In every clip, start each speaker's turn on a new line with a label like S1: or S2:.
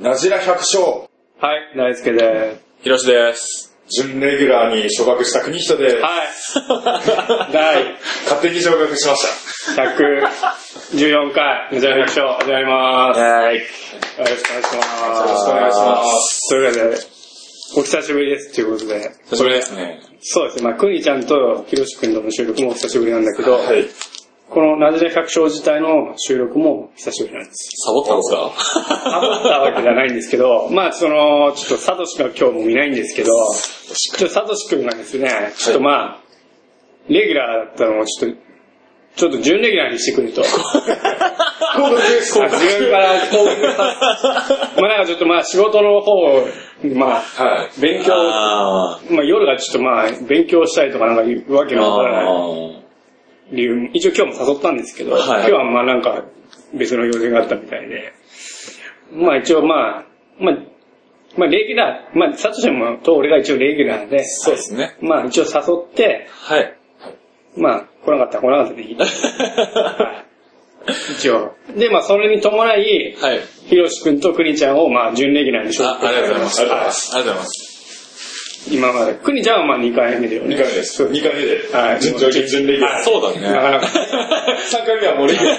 S1: なじら百姓、
S2: はい、大輔で
S3: ひろしです。
S1: 準レギュラーに昇格した国人で、
S2: す。 はい。第
S1: 勝手に昇格しまし
S2: 114回、メジャー百姓、始まります。
S3: はい。
S2: よろしくお願いします。
S1: よろしくお願いします。
S2: ということで、お久しぶりです、ということで。
S3: 久しぶりですね。
S2: そうですね、まあ、くにちゃんとひろしくんとの収録もお久しぶりなんだけ
S1: た。
S2: ど、
S1: い。
S2: このなじら百姓自体の収録も久しぶりなんです。
S3: サボったんですか
S2: サボったわけじゃないんですけど、まあその、ちょっとサトシが今日も見ないんですけど、ちょっとサトシ君がですね、ちょっとまあ、レギュラーだったのをちょっと、ちょっと準レギュラーにしてくれと。
S1: 合格です。
S2: まあ自分からこう、まあなんかちょっとまあ仕事の方を、まあ、
S1: はい。
S2: 勉強、
S3: あ
S2: まあ夜がちょっとまあ勉強したりとかなんかいうわけ
S3: ー
S2: がわからない
S3: あ
S2: 理由も、一応今日も誘ったんですけど、
S3: はい
S2: 今日はまあなんか別の用事があったみたいで、まあ一応まあ、まあ、まあレギュラー、まあサトシもと俺が一応レギュラーで、
S3: ー。そうですね。
S2: まあ一応誘って、
S3: はい。
S2: まあ来なかったら来なかったでいい。一応。で、まあそれに伴い、
S3: はい。
S2: ひろしくんとくにちゃんを、まあ、準レギュラーにしよ
S3: あ、ありがとうございます。
S1: ありがとうございます。
S3: ありがとうございます。
S2: 今まで。くにちゃんは、まあ、2回目だよ
S1: 2
S2: ね。
S1: 回目です。2回目で。
S2: はい
S1: 順調に準レギュラー。
S3: そうだ
S2: なかな
S3: ね。
S2: か。
S1: 3回目はもうレギュラー。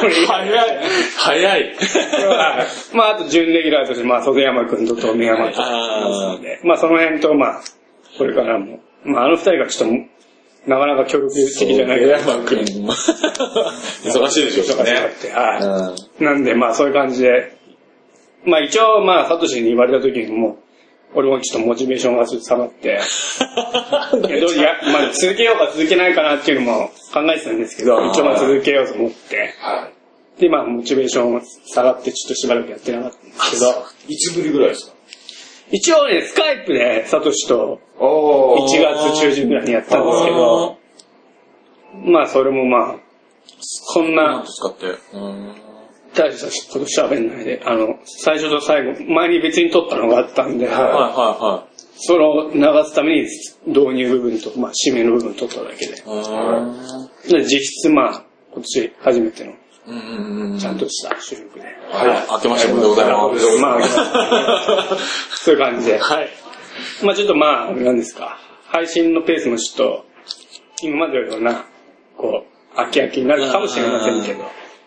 S2: これ
S3: 早い。早い。
S2: まあ、あと、準レギュラーとして、まあ、袖山くんと富山くん
S3: あー
S2: で、まあ、その辺と、まあ、これからも、まあ、あの二人がちょっと、なかなか協力的じゃない
S3: エ
S2: けど
S3: ラマ君、忙しいでしょう
S2: 忙
S3: か
S2: し
S3: ね
S2: か。って、はい。
S3: うん
S2: なんで、まあそういう感じで、まあ一応、まあ、サトシに言われた時にも、俺もちょっとモチベーションがちょっと下がって、いやどういやまあ、続けようか続けないかなっていうのも考えてたんですけど、
S3: あー
S2: 一応まあ続けようと思って、
S1: はい。
S2: で、まあ、モチベーションが下がって、ちょっとしばらくやってなかったんですけど、
S1: いつぶりぐらいですか
S2: 一応ね、スカイプで、サトシと
S1: お
S2: 1月中旬ぐらいにやったんですけど、まあ、それもまあ、そん
S3: なん
S2: な
S3: ですかって。うん
S2: 大したこと喋んないで、あの、最初と最後、前に別に撮ったのがあったんで、
S1: はい
S3: はいは
S2: それを流すために導入部分と、まあ、締めの部分取っただけで。
S3: いは
S2: で実質、まあ、今年初めての
S3: い。うんうんうんうん。
S2: ちゃんとした収録で。
S3: はい。明けましておめでとうございます。
S2: まあ、 そういう感じで。
S3: はい。
S2: まあ、ちょっとまあ、何ですか。配信のペースもちょっと、今までよりもな、こう、飽き飽きになるかもしれませんけど、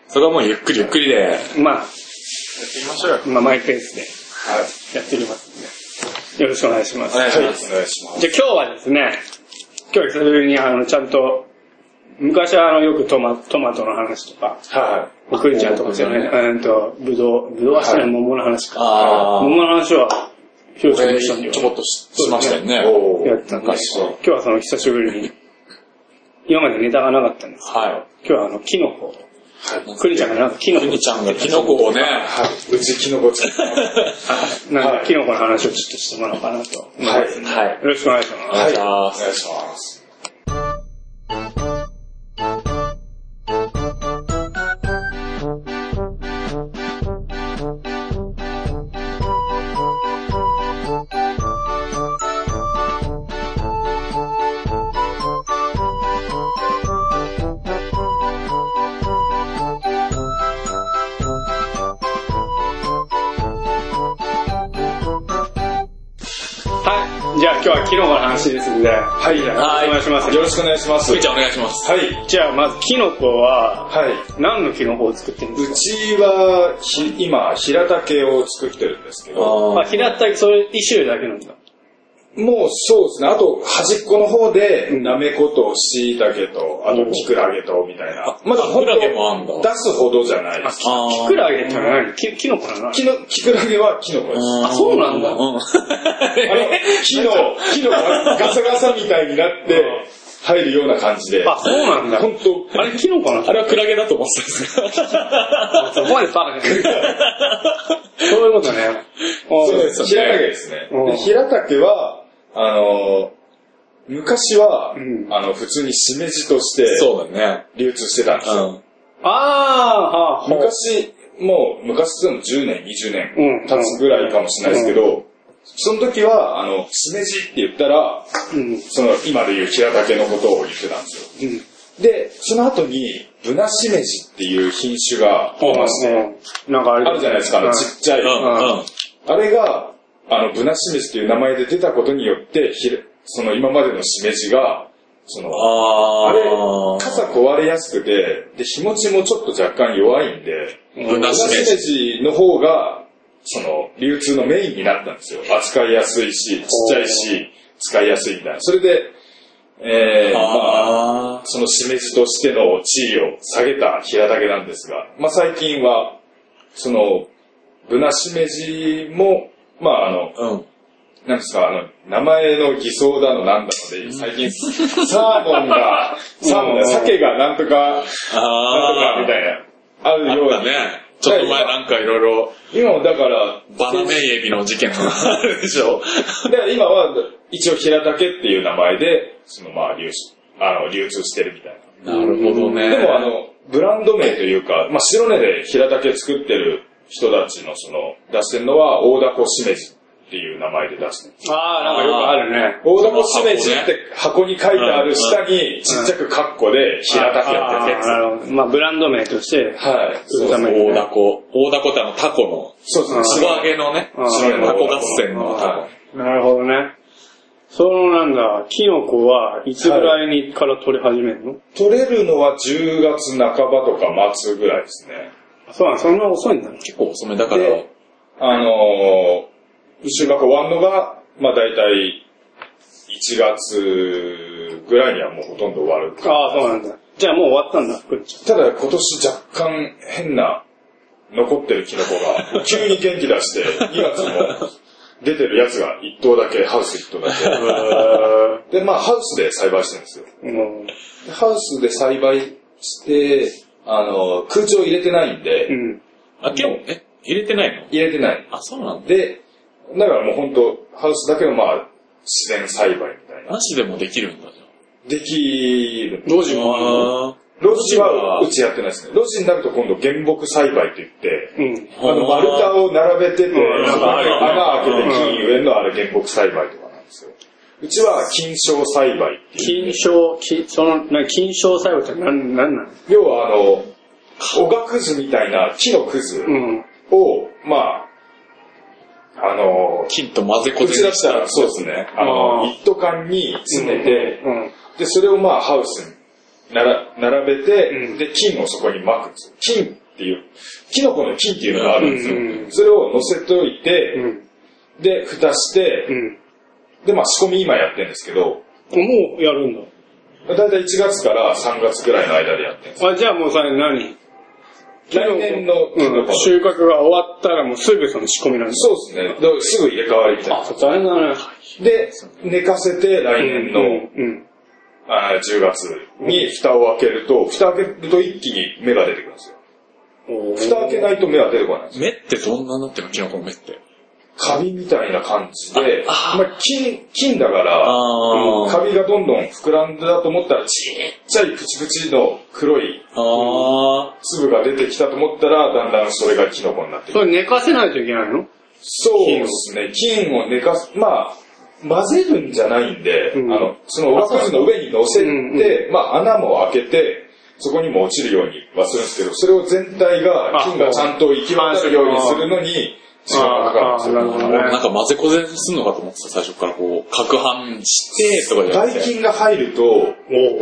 S3: そこはもうゆっくりゆっくりで。
S2: ま
S1: 行
S2: あ、
S1: きましょうよ。
S2: まあ、マイペースで
S1: はい。
S2: やっていきますんで、よろしくお願いします。
S3: 願いします
S1: お願いします。
S2: じゃあ今日はですね、今日久しぶりにあの、ちゃんと、昔はあの、よくトマトマトの話とか、
S1: は
S2: 僕んちゃんとかじゃない、うんと、ぶどう、ぶどうはしてない桃の話か。
S3: あ
S2: 桃の話は、ひろし
S3: これ
S2: としたんで
S3: ちょこっとししましたよね
S1: い。。おー
S2: やってたんで、今
S1: 昔は
S2: 日はその久しぶりに、今までネタがなかったんです。
S3: は
S2: 今日はあの、キノコ。
S3: い。
S2: くにちゃんがなんかキノ
S3: く
S2: コ
S3: に、ちゃんがキノコをね、
S1: はい。うちキノコ作ってます。
S2: なんかキノコの話をちょっとしてもらおうかなと思います。よ
S3: はい。
S2: ろしくお願いします。
S3: はい
S1: お願いします。
S2: はい。じゃあ今日はキノコの話ですんで、はい。じゃあ、お願いします。
S1: よろしくお願いします。
S3: く
S1: は
S3: にちゃんお願いします。
S1: い。
S2: じゃあまずキノコは、
S1: はい。
S2: 何のキノコを作ってるんです
S1: うちは、ひ今、平竹を作ってるんですけど、
S2: か、まあ、平たい、それ一種類だけなんだ。
S1: もうそうですね、あと端っこの方で、
S2: うん
S1: なめこと、しいたけと、あと、きくらげと、みたいな。まだ
S3: あ
S1: ほんと、
S3: キクラゲもあんだ
S1: 出すほどじゃないです。
S3: あー
S2: キクラゲってのは何キキノコなの
S1: きの、きくらげはキノコです。
S2: あそうなんだ
S3: う
S1: あ
S3: ん。
S1: の、木の、木のガサガサみたいになって
S2: うん、
S1: 入るような感じで。
S2: あ、そうなんだ。
S1: 本当
S2: あれキノコなの
S3: あれはクラゲだと思ってたんです か
S2: そこまでバカじゃないそういうことね。
S1: そう
S2: あ
S1: です、
S3: そうですよ
S1: 平
S3: ね
S1: 竹ですね。
S2: うん
S1: で平竹は、あの、昔は、
S2: うん
S1: あの、普通にしめじとして
S3: そうだね。
S1: 流通してたんです
S3: う
S1: よ。
S3: ん。
S2: あー、はあ、はあ。
S1: 昔、もう、昔でも10年、20
S2: うん
S1: 年経つぐらいかもしれないですけど、その時は、あの、しめじって言ったら、
S2: うん。うん。
S1: その、今で言う平竹のことを言ってたんですよ。で、その後に、ぶなしめじっていう品種が
S2: う
S1: 出まして、
S2: んなんかあれ
S1: あるじゃないですか、あ
S2: う
S1: の
S2: ん
S1: ちっちゃい。
S3: うん、うん。
S1: あれが、あの、ぶなしめじっていう名前で出たことによって、ひれその今までのしめじが、その、
S3: あ
S1: あれ
S3: ー、
S1: 傘壊れやすくて、で、日持ちもちょっと若干弱いんで、
S2: うん
S3: ぶ
S1: ぶな
S3: なしめ
S1: し
S3: じ。
S1: めじの方が、その、流通のメインになったんですよ。扱いやすいし、ちっちゃいし、使いやすいみたいな。それで、えー、まあ、
S3: あ
S1: そのしめじとしての地位を下げた平竹なんですが、まあ最近は、その、ぶなしめじも、まああの、
S3: ー、うん。
S1: なんですか、あの、名前の偽装だのなんだので、最近、サーモン が、サーモン
S2: う
S1: が、
S2: ん
S1: 鮭がなんとか、なんとか
S3: あ
S1: みたいな、ある
S3: ー、
S1: よ
S3: あ
S1: う
S3: った
S1: に。
S3: ね。ちょっと前なんかいろいろ、
S1: 今もだから、
S3: バナメイエビの事件とかあるでしょ。
S1: だから今は、一応平竹っていう名前で、そのまあ流出、あの、流通してるみたいな。
S3: なるほどね。
S1: でもあ、の、ブランド名というか、まあ、白根で平竹作ってる人たちのその、出してるのは、大凧しめじっていう名前で出してる。
S2: ああ、なんかよくあるね。
S1: 大凧しめじって箱に書いてある下に、ちっちゃくカッコで平竹
S2: あ
S1: って
S2: ー
S1: やつ。
S2: なるほどまあ、ブランド名として、
S1: はい。そう
S2: ダメ
S3: 大ダコ。大ダコってあのタコの、
S1: そうそう。
S3: 素揚げのね、
S2: うん
S3: 白いタコ合戦のタ
S1: は
S3: コ。
S2: なるほどね。そのなんだ、キノコはいつぐらいにから取り始めるの、
S1: い。取れるのは10月半ばとか末ぐらいですね。
S2: そうなん、そんな遅いんだね。
S3: 結構遅めだから、
S1: であのー、収穫終わるのが、まあ大体、1月ぐらいにはもうほとんど終わる。
S2: ああ、そうなんだ。じゃあもう終わったんだ、くるち
S1: ただ今年若干変な残ってるキノコが急に元気出して2月も出てるやつが1頭だけハウス1頭だ
S2: ゃん。う
S1: けでまあハウスで栽培してるんですよ
S2: ーん
S1: でハウスで栽培してあの空調入れてないんで、
S2: うん。
S3: あ、今日ね、入れてないの
S1: 入れてない
S3: あ、そうなんだ。
S1: でだからもう本当ハウスだけのまあ自然栽培みたいな
S3: なしでもできるんだじゃん。
S1: できる
S2: 路地もあるの
S3: あ
S1: 路地はうちやってないですね路地になると今度原木栽培といって
S2: うん。
S1: あの、丸太を並べてて、
S2: ん
S1: なんか穴開けて
S2: うん
S1: 金植えるのはあれ原木栽培とかなんですよ。うちは金賞栽培っていう。
S2: 金賞、金、その、な金賞作用って何、何なの
S1: 要はあの、おがくずみたいな木のくず
S2: うん。
S1: を、まあ、あの、
S3: 金と混ぜこ
S1: 打
S3: ぜ
S1: ち出したら、そうですね、あ
S2: あ
S1: の、
S2: ー
S1: 一斗缶に詰めて、
S2: うん。
S1: で、それをまあ、ハウスになら並べ
S2: う
S1: て、
S2: ん
S1: で、金をそこに巻くんですよ。金っていう、キノコの金っていうのがあるんですよ。
S2: うんうん
S1: それを乗せておいて、
S2: うん。
S1: で、蓋して、
S2: うん。
S1: で、まあ仕込み今やってるんですけど、
S2: もうやるんだ。
S1: だいたい1月から3月ぐらいの間でやってるんです。
S2: あ、じゃあもうさ、何
S1: 来年のキノ
S2: う
S1: コ
S2: ん、収穫が終わったらもうすぐその仕込みなんです。
S1: そうですね。だからすぐ入れ替わりみたい
S2: あ、大変だね。
S1: な。で、寝かせて来年の、
S2: うん。
S1: あー10月に蓋を開けると、蓋開けると一気に芽が出てくるんですよ。
S2: うん。
S1: 蓋開けないと芽は出てこないんですよ。
S3: 目ってどんなになってるのキノコの目って。
S1: カビみたいな感じで、まあ、金、金だから、
S3: あ
S1: カビがどんどん膨らんだと思ったら、ちっちゃいプチプチの黒い
S3: あ
S1: 粒が出てきたと思ったら、だんだんそれがキノコになってくる
S2: それ寝かせないといけないの
S1: そうですね。金を寝かす、まあ、混ぜるんじゃないんで、
S2: うん
S1: あの、そのおがくずの上に乗せて、
S2: うんう
S1: まあ穴も開けて、そこにも落ちるようにはするんですけど、それを全体が、
S2: あ
S1: 金がちゃんと行き渡るようにするのに、時間がかかるんで
S2: なる
S3: あ。
S2: ほどね。
S3: なんか混ぜこぜすんのかと思ってた、最初からこう、攪拌して、とかじゃなく
S1: すよ。
S3: て。
S1: 大金が入ると、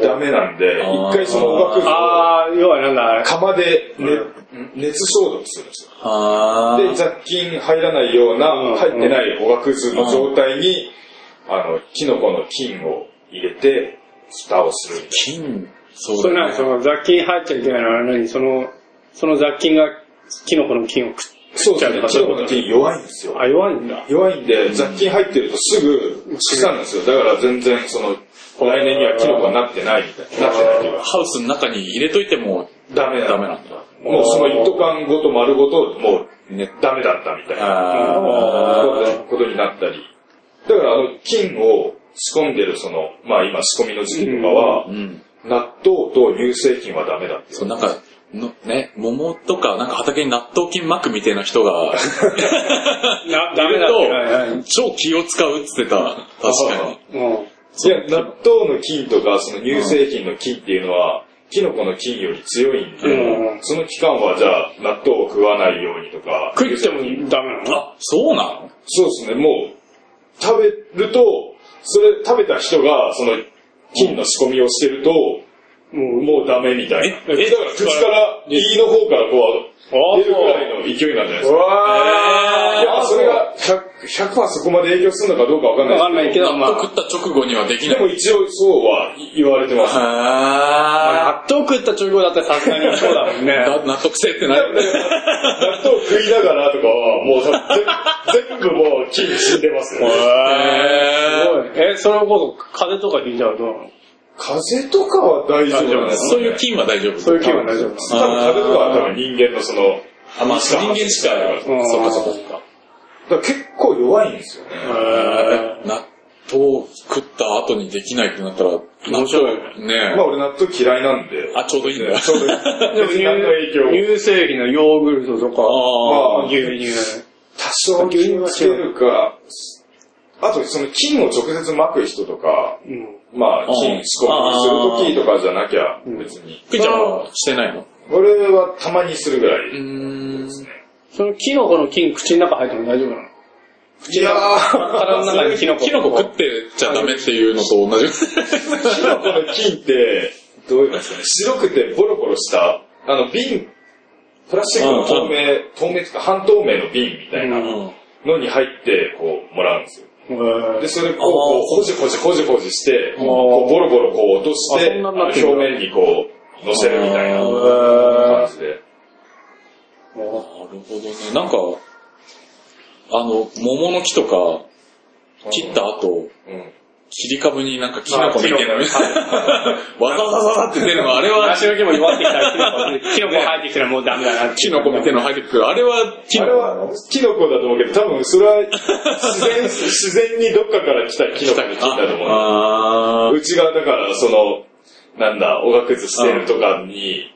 S1: ダメなんで、
S3: あー
S1: 一回そのおがくずを
S2: あー、要はなんだ、あれ。
S1: 釜で、ね
S2: うん
S1: 熱消毒するんですよ。
S3: あ
S1: で、雑菌入らないよう
S2: うん
S1: な、入ってないおがくずの状態に、あの、キノコの菌を入れて、蓋をする。
S3: 金、そ
S2: そうれな
S3: だ
S2: んかそ
S3: ね。
S2: の雑菌入っちゃいけないのは何その、その雑菌がキノコの菌を食っ
S1: そう
S2: ですね
S1: キノコの菌弱いんですよ
S2: あ、。弱いんだ。
S1: 弱いんで、雑菌入ってるとすぐ腐るんですよ。だから全然、その、来年にはキノコになってないみたいな。なってないというか、
S3: ハウスの中に入れといても
S1: ダメ
S3: ダメ
S1: だ。
S3: なんだ。
S1: もうその一斗缶ごと丸ごと、もう、ね、ダメだったみたいな。
S3: あ
S1: ことになったり。だから、あの、菌を仕込んでる、その、まあ今仕込みの時期とかは
S3: ー。う、ん。
S1: 納豆と乳製品はダメだって。
S3: そう、なんか、のね、桃とか、なんか畑に納豆菌巻くみたいな人
S2: な
S3: が、 ダメだ
S2: と
S3: 超気を使うっつってた。確かに。
S2: う
S1: い
S2: ん。
S1: や、納豆の菌とか、その乳製品の菌っていうのは、キノコの菌より強いんで、
S2: うん
S1: その期間はじゃあ、納豆を食わないようにとか。
S2: 食ってもダメなの
S3: あ、そうなの
S1: そうですね、もう、食べると、それ、食べた人が、その、菌の仕込みをしてると、
S2: うん。
S1: もうダメみたいな。だか
S3: え
S1: ら、
S3: え
S1: 口から、胃の方からこ
S2: あ
S1: う、出るくらいの勢いなんじゃないですか。
S2: わ
S3: ー
S1: いや、それが100、100%そこまで影響するのかどうかわかんないです
S2: わかんないけど
S3: 納豆食った直後にはできな
S1: で
S3: い。
S1: も一応そうは言われてます。
S3: は
S2: 納豆食った直後だったらさすがにそうだもんね
S3: ー。 だ納得せってなる。
S1: 納豆食いながらとかは、もう多分全全部もう菌死んでますよ、
S2: す
S3: へー
S2: ごい。え、それこそ風邪とかひいちゃうと、
S1: 風邪とかは大丈夫なんです
S3: そういう菌は大丈夫。
S2: そういう気分大丈夫なの
S1: 多分風邪とかは多分人間のその、
S3: あ、まあ、人間しか
S1: う、
S2: ん
S3: そっかそっか。
S1: だから結構弱いんですよね。
S2: へ
S3: 納豆食った後にできないってなったら、納豆ね
S1: まあ俺納豆嫌いなんで。
S3: あ、ちょうどいいんだよ。
S1: ちょうどいい。
S2: でも
S1: 別に何の影響も
S2: 乳製品のヨーグルトとか、
S1: ー
S3: あ
S2: 牛乳。
S1: 多少菌つけるか、あとその菌を直接まく人とか、
S2: うん。
S1: まあ
S3: う
S1: 菌
S3: ん
S1: 仕込みする時とかじゃなきゃ別に。
S3: ピーちゃんはしてないの
S1: 俺はたまにするぐら
S3: う
S1: い。
S3: ーん。
S2: そのキノコの菌、口の中入っても大丈夫なの
S1: いやー、
S2: 体の中にキノコ。
S3: キノコ食ってちゃダメっていうのと同じ。
S1: キノコの菌って、どういうんですかね、白くてボロボロした、あの瓶、プラスチックの透明、透明とか半透明の瓶みたいな
S3: うん
S1: のに入って、こう、もらうんですよ。
S2: へ
S1: で、
S2: ー
S1: それを
S3: あー
S1: こう、こうほじほじほじほじして、
S2: ん
S1: こうボロボロこう落とし
S2: あ
S1: て、
S2: そ
S1: あ
S2: ん
S1: の
S2: なになって
S1: 表
S2: んだ
S1: 面にこう、乗せるみたいな
S3: あー
S1: 感じで。
S3: なるほどね。なんか、あの、桃の木とか、切った後、
S1: うん。
S3: 切り株になんかキノコみたいなの
S1: あキノ
S3: わざわざわざわざって出るの、あ れは
S2: 足の毛も弱ってきたらキノコ、キノコ入ってきたらもうダメだなって。
S3: キノコみたいなの入ってくる。あれはキ
S1: あ
S3: ノ
S1: れ
S3: コ。
S1: はキノコだと思うけど、多分それは自然、自然にどっかから来たキノコに聞いたと思う。
S3: あー
S1: うちがだから、その、なんだ、おがくずしてるとかに、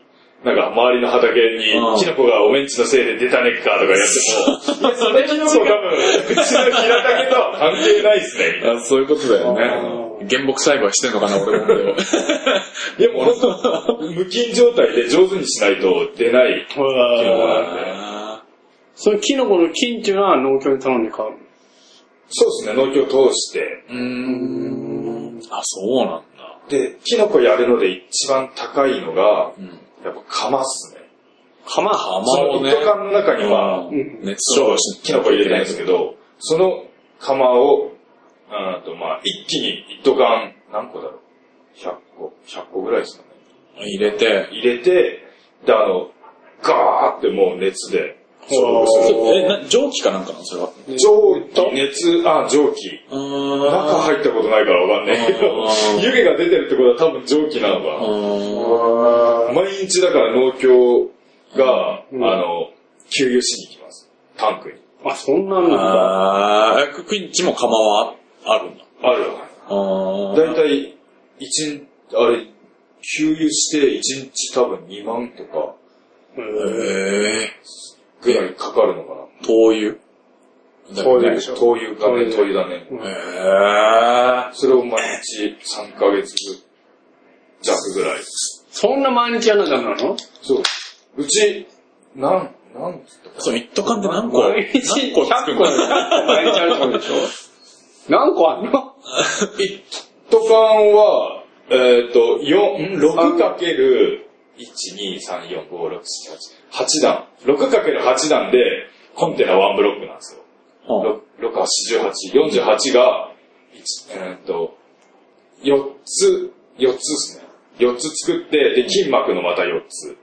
S1: なんか周りの畑
S3: うん
S1: に、キノコがおめんちのせいで出たねっかとかやっても、いやそれキノコ 多分、うちの平竹とは関係ないっすね、みたいな。
S3: あそういうことだよね。原木栽培してんのかな、俺も俺は。
S1: いやもう本当、無菌状態で上手にしないと出ない。
S2: う
S1: コ
S2: わー
S1: だね
S3: あ
S2: そのキノコの菌っていうのは農協に頼んで買う。
S1: そうですね、農協通して。
S3: ーうーん。あ、そうなんだ。
S1: で、キノコやるので一番高いのが、
S3: うん。
S1: やっぱ釜っすね。
S2: 釜
S1: そ
S3: 釜
S1: の
S3: をね
S1: 一。斗缶の中には、
S2: うん
S3: 熱処理し
S1: キノコ入れてないんですけど、その釜を、うんとまあ、一気に一斗缶、何個だろう ?100 個、100個ぐらいですかね。
S3: 入れて。
S1: 入れて、で、あの、ガーってもう熱で、消毒する。
S2: おー
S3: え、な、蒸気かなんかなのそれは。
S1: 蒸気、熱、あ、蒸気。
S3: うーん
S1: 中入ったことないからわかんないけど
S3: あ、ー
S1: 湯気が出てるってことは多分蒸気なのか
S3: うーん
S1: な。毎日だから農協が、
S2: うん
S1: あの、給油しに行きます。タンクに。
S2: あ、そんなんなんだ。
S3: あー、クインチも釜はあるんだ。
S1: あるわ。
S3: あー
S1: だいたい、一日、あれ、給油して一日多分2万とか
S3: へ
S1: ぐらいかかるのかな。
S3: ー、灯油。だよ
S2: 灯油
S3: ね
S2: でしょ
S1: 灯油だね、灯油だね。
S3: へー。
S1: それを毎日3ヶ月弱ぐらい。
S2: そんな毎日やんなきゃなの
S1: そう。うち、なん、なんつったか
S3: そう、一斗缶って何個
S2: 毎日
S3: 何個作
S2: 100
S3: る
S2: 個、
S3: の
S2: 100個毎日やるってことでしょ何個あんの
S1: 一斗缶は、えっ、と、四6かける、1、2、3、4、5、6、7、8。8段。6かける8段で、コンテナ1ブロックなんですよ。
S3: うん
S1: 6、8、48、48が、一えーっと、4つ、4つですね。4つ作って、で、筋膜のまた4つ。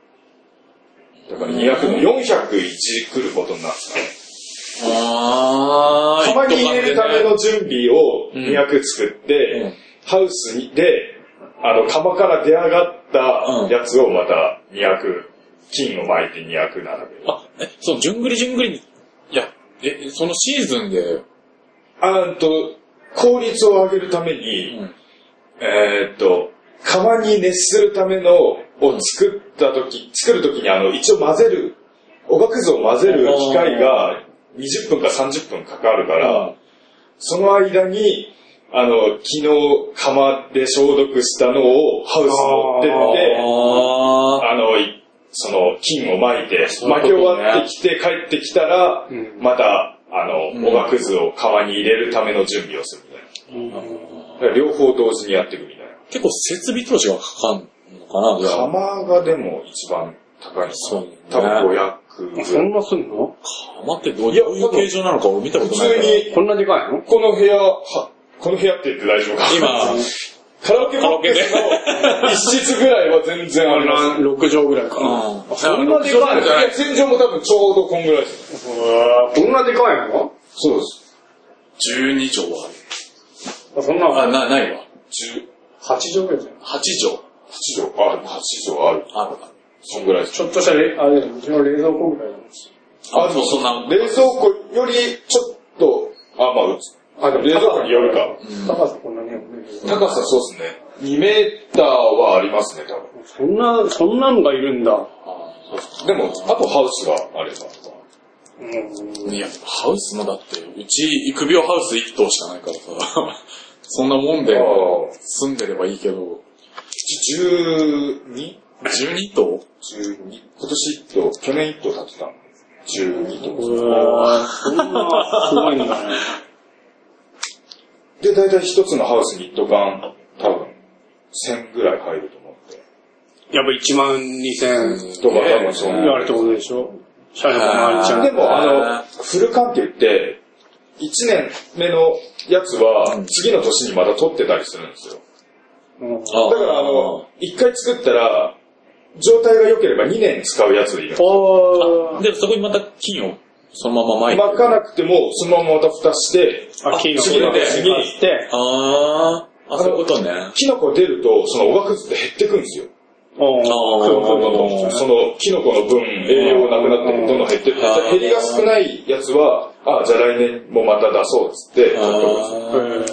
S1: だから200の401来ることになった。
S3: あー、
S1: たまに入れるための準備を200作って、
S3: うん
S1: ハウスにで、あの、釜から出上がったやつをまた200、金を巻いて200並べる。
S3: あ、え、その、じゅんぐりじゅんぐりに、いや、え、そのシーズンで、
S1: あんと、効率を上げるために、
S3: うん
S1: えーっと、釜に熱するためのを作った時、作る時にあの、一応混ぜる、おがくずを混ぜる機械が20分か30分かかるから、その間に、あの、昨日釜で消毒したのをハウスに持ってって、
S3: ああ。
S1: あの、いその、菌を撒いて、
S3: ういう
S1: 撒
S3: ことね
S1: き終わってきて帰ってきたら、
S2: うん
S1: また、あ
S3: うん
S1: の、おがくずを川に入れるための準備をするみたいな。だから両方同時にやっていくみたい
S3: 結構設備投資がかかんのかな、じ
S1: な。
S3: ゃあ。
S1: 釜がでも一番高いの
S3: そうね
S1: かな。多分500ぐ
S2: そ
S1: らい。
S2: んなすんの
S3: 釜ってどう
S1: いや
S3: どういう形状なのか俺見たことない
S1: 普
S3: から。
S1: 通に、
S2: こんなでかいの
S1: この部屋、はこの部屋って言って大丈夫か
S3: 今、
S1: カラオケボックスの一室ぐらいは全然あります。
S2: な6畳ぐらいか。
S3: うん
S2: あそんなでかい
S1: い
S2: の
S1: や、天井も多分ちょうどこんぐらいです。
S2: こんなでかいの
S1: そうです。
S3: 12畳は
S2: あそんな
S3: ある。あ、
S2: 8
S3: な、ないわ。
S1: 10、
S2: 畳ぐらいじゃん。
S3: 8畳
S1: 8畳、ある、8畳ある。
S3: あるか。
S1: そんぐらいです。
S2: ちょっとしたレ、あれだようちの冷蔵庫ぐらいだもん。
S3: あ、そう、そんな。
S1: 冷蔵庫よりちょっと、あ、まあ、
S2: あ、で
S1: 冷蔵庫によるか。
S2: 高さこんなね。
S1: 高さそうですね。2メーターはありますね、多分。
S2: そんな、そんなのがいるんだ。
S1: でも、あとハウスがあれば。
S2: うん。
S3: いや、ハウスもだって、うち育苗ハウス1棟しかないからさ、 そんなもんで
S1: ああ
S3: 住んでればいいけど、
S1: 12?12?
S3: 12棟
S1: 今年1棟、去年1棟建てたの。12棟。
S2: うわぁ、そんな、すごいんだね。
S1: で、大体1つのハウスに1棟間、多分、1000ぐらい入ると思って。
S2: やっぱ1万2千
S1: とか多分そう
S2: あるってことでしょ社員の周りちゃん。
S1: でも、
S3: あ
S1: あの、フルカンって言って、1年目のやつは
S3: うん、
S1: 次の年にまた取ってたりするんですよ。
S2: うん
S3: あ
S1: だからあの、一回作ったら、状態が良ければ2年使うやついる。
S2: お
S3: あ
S2: ー。
S3: で、そこにまた金をそのまま巻いて。
S1: 巻かなくても、そのまままた蓋して、
S2: あ、金の
S1: 次の手
S2: 次にして、
S3: あー、あ、そういうことね。あ
S1: キノコ出ると、そのおがくずって減ってくんですよ。
S2: おー。
S1: どんどんどんど
S3: ー
S1: んそのキノコの分、栄養なくなって、どんどん減ってって、
S3: あー
S1: 減りが少ないやつは、ああ、じゃあ来年もまた出そうっつって、ちょっと
S3: あー。
S2: うん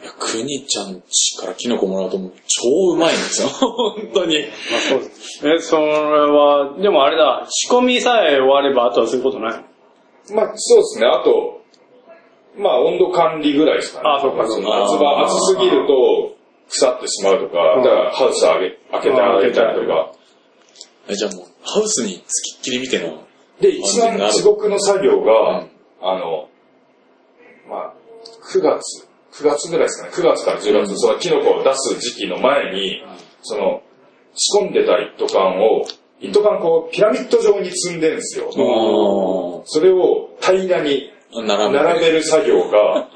S3: いや、くにちゃんちからキノコもらうともう超うまいんですよ、 本当に。
S2: まあそうです。え、それは、でもあれだ、仕込みさえ終われば、あとはすることない。
S1: まあそうですね、あと、まあ温度管理ぐらいですかね。
S2: あそうかそうか
S1: の夏場、暑すぎると腐ってしまうとか、
S2: うん
S1: だからハウス上げ開けてあげたりとか。
S3: え、じゃあもう、ハウスにつきっきり見ての。
S1: で、一番地獄の作業が、
S3: うん
S1: あの、まあ、9月、9月ぐらいですかね、9月から10月、
S3: うん
S1: そのキノコを出す時期の前に、その、仕込んでた一斗缶を、一斗缶こう、ピラミッド状に積んでるんですよ。
S3: あ
S1: それを平らに
S3: ー。並べて
S1: 並べる作業が、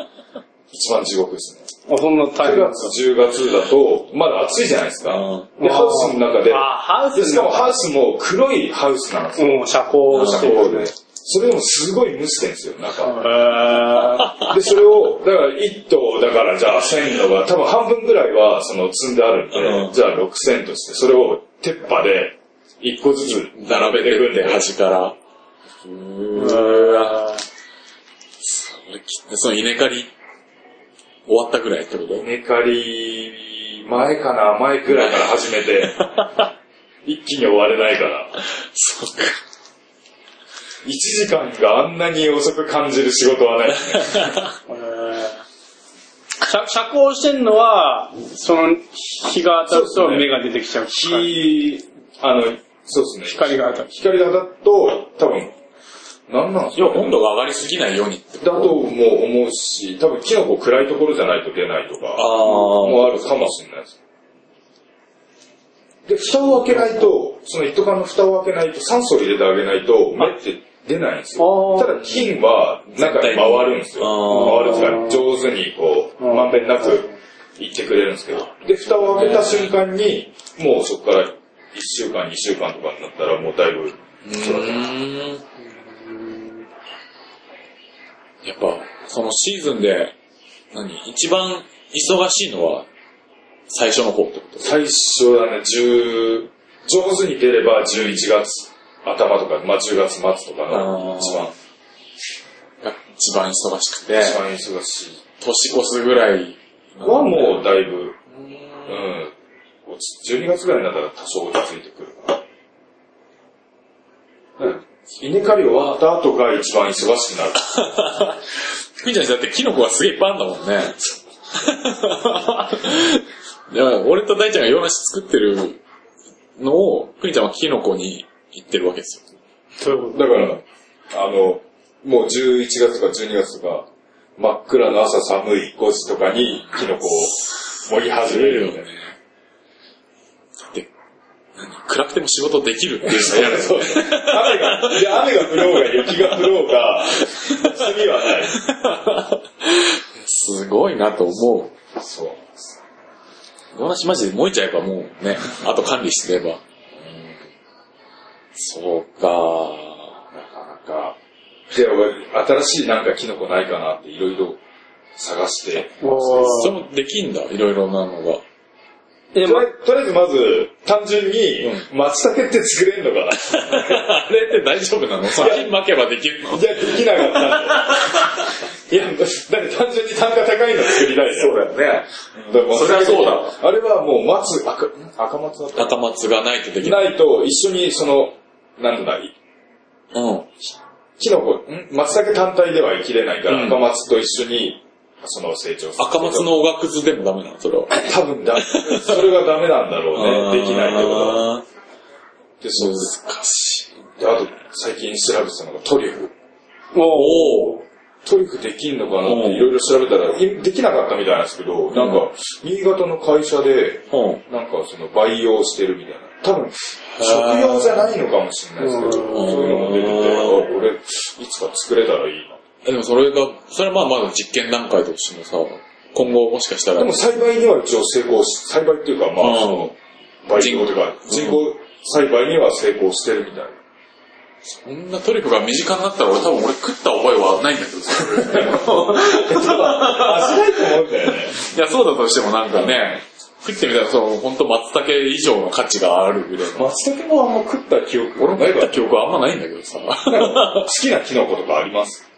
S1: 一番地獄ですね。
S2: あ、そんなタイ
S1: 9
S2: プ
S1: 月、10月だと、まだ暑いじゃないですか。
S3: うん
S1: で、ハウスの中で、
S2: あ、ハウス
S1: でしかも
S2: の
S1: ハウスも黒いハウスなんですよ。
S2: うん、遮光して
S1: こう
S2: る。
S1: で。それでもすごい蒸してるんですよ、中。
S2: えー
S1: で、それを、だから1頭だからじゃあ1000のが、多分半分ぐらいはその積んであるんで、
S3: うん
S1: じゃあ6000として、それを鉄板で1個ずつ並べていくんで、
S3: 端から。
S2: う
S3: うーん。
S2: ーん
S3: その稲刈り、終わったぐらいってこと
S1: 稲刈り前かな、前ぐらいから始め て、一気に終われないから。
S3: そっか。
S1: 1時間があんなに遅く感じる仕事は ないですね。
S2: えー遮遮光してんのは、その、日が当たる
S1: そう
S2: と
S1: ですね
S2: 目が出てきちゃう。
S1: 日、あの、そうですね。
S2: 光が当たる。
S1: 光が当たると、多分、なんなんです
S3: いや、
S1: かね
S3: 温度が上がりすぎないようにって
S1: だとも思うし、多分キノコ暗いところじゃないと出ないと
S3: あ
S1: か、
S3: ー。
S1: もあるかもしれないです。で、蓋を開けないと、その一斗缶の蓋を開けないと、酸素を入れてあげないと、目って出ないんですよ。
S2: あー
S1: ただ、菌は中に回るんですよ。
S3: あ
S1: 回
S2: ー
S1: るから、上手にこう、
S2: うん
S1: まんべんなくいってくれるんですけど。で、蓋を開けた瞬間に、もうそこから1週間、2週間とかになったら、もうだいぶ、
S3: うーん。やっぱ、そのシーズンで、何一番忙しいのは、最初の方ってこと
S1: 最初だね、10、上手に出れば11月頭とか、まあ10月末とか
S3: あー
S1: の一番、
S3: が一番忙しくて、
S1: 一番忙しい。
S3: 年越すぐらい
S1: はもうだいぶ、うん
S3: うーん、
S1: 落ち12月ぐらいになったら多少落ち着いてくるかな。うん。稲刈り終わった後が一番忙しくなる。
S3: 福井ちゃんだってキノコがすげえいっぱいあんだもんね。いや俺と大ちゃんが洋梨作ってるのを、クニちゃんはキノコに行ってるわけですよ。
S2: そういうこ
S1: だから、あの、もう11月とか12月とか、真っ暗の朝寒い5時とかにキノコを盛り始めるみたいな。
S3: で、何暗くても仕事できるっていうのをやる。
S1: そう。雨が、いや、雨が降ろうが、雪が降ろうが、休みはない。
S3: すごいなと思う。
S1: そう。
S3: 洋梨マジで燃えちゃえばもうね、あと管理してれば。そうかなかなか。
S1: で、俺、新しいなんかキノコないかなっていろいろ探して、
S2: と。お
S3: それ
S2: ー
S3: もできんだ、いろいろなのが。
S2: え、
S1: と
S2: ま
S1: り、とりあえずまず、単純に、松茸って作れんのかな、
S3: あれって大丈夫なの先巻けばできるの
S1: いや、できなかったんだよ。いや、だって単純に単価高いの作りたいそうだよね。だから
S3: そりゃそうだ。
S1: あれはもう松、赤、赤松だった
S3: 赤松がないとできない。
S1: ないと、一緒にその、なんだ、
S3: うん。
S1: キノコ、ん松茸単体では生きれないか
S3: う
S1: ら、
S3: ん
S1: 赤松と一緒に、その成長する。
S3: 赤松のおがくずでもダメなのそれは。
S1: 多分だ、それがダメなんだろうね。できないってことは。
S3: あ
S1: で、そう
S3: ー難しい。
S1: であと、最近調べてたのがトリュフ。
S2: おー
S3: おお。
S1: トリュフできんのかなっ
S3: う
S1: て
S3: ん
S1: いろいろ調べたら、いできなかったみたいなんですけど、なん
S3: う
S1: か、新潟の会社で、
S3: うん。
S1: なんかその培養してるみたいな。多分、食用じゃないのかもしれないですけど、
S2: うん
S1: そういうのも出てて、あ、これ、いつか作れたらいい
S3: えでもそれが、それはまあまだ実験段階としてもさ、今後もしかした
S1: な。
S3: ら。
S1: でも栽培には一応成功し、栽培っていうか、まあ、その、培養というか、
S3: 人
S1: 人工栽培には成功してるみたいな。
S3: こんなトリュフが身近になったら俺多分俺食った覚えはないんだけど
S1: 味
S3: さ。
S1: ないと思うんだよね。
S3: いや、そうだとしてもなんかね、食ってみたらそう、ほんと松茸以上の価値があるぐらいの。
S1: 松茸もあんま食った記憶
S3: 俺も
S1: ない
S3: 食
S1: か
S3: った
S1: ら。
S3: 記憶はあんまないんだけどさ。
S1: 好きなキノコとかあります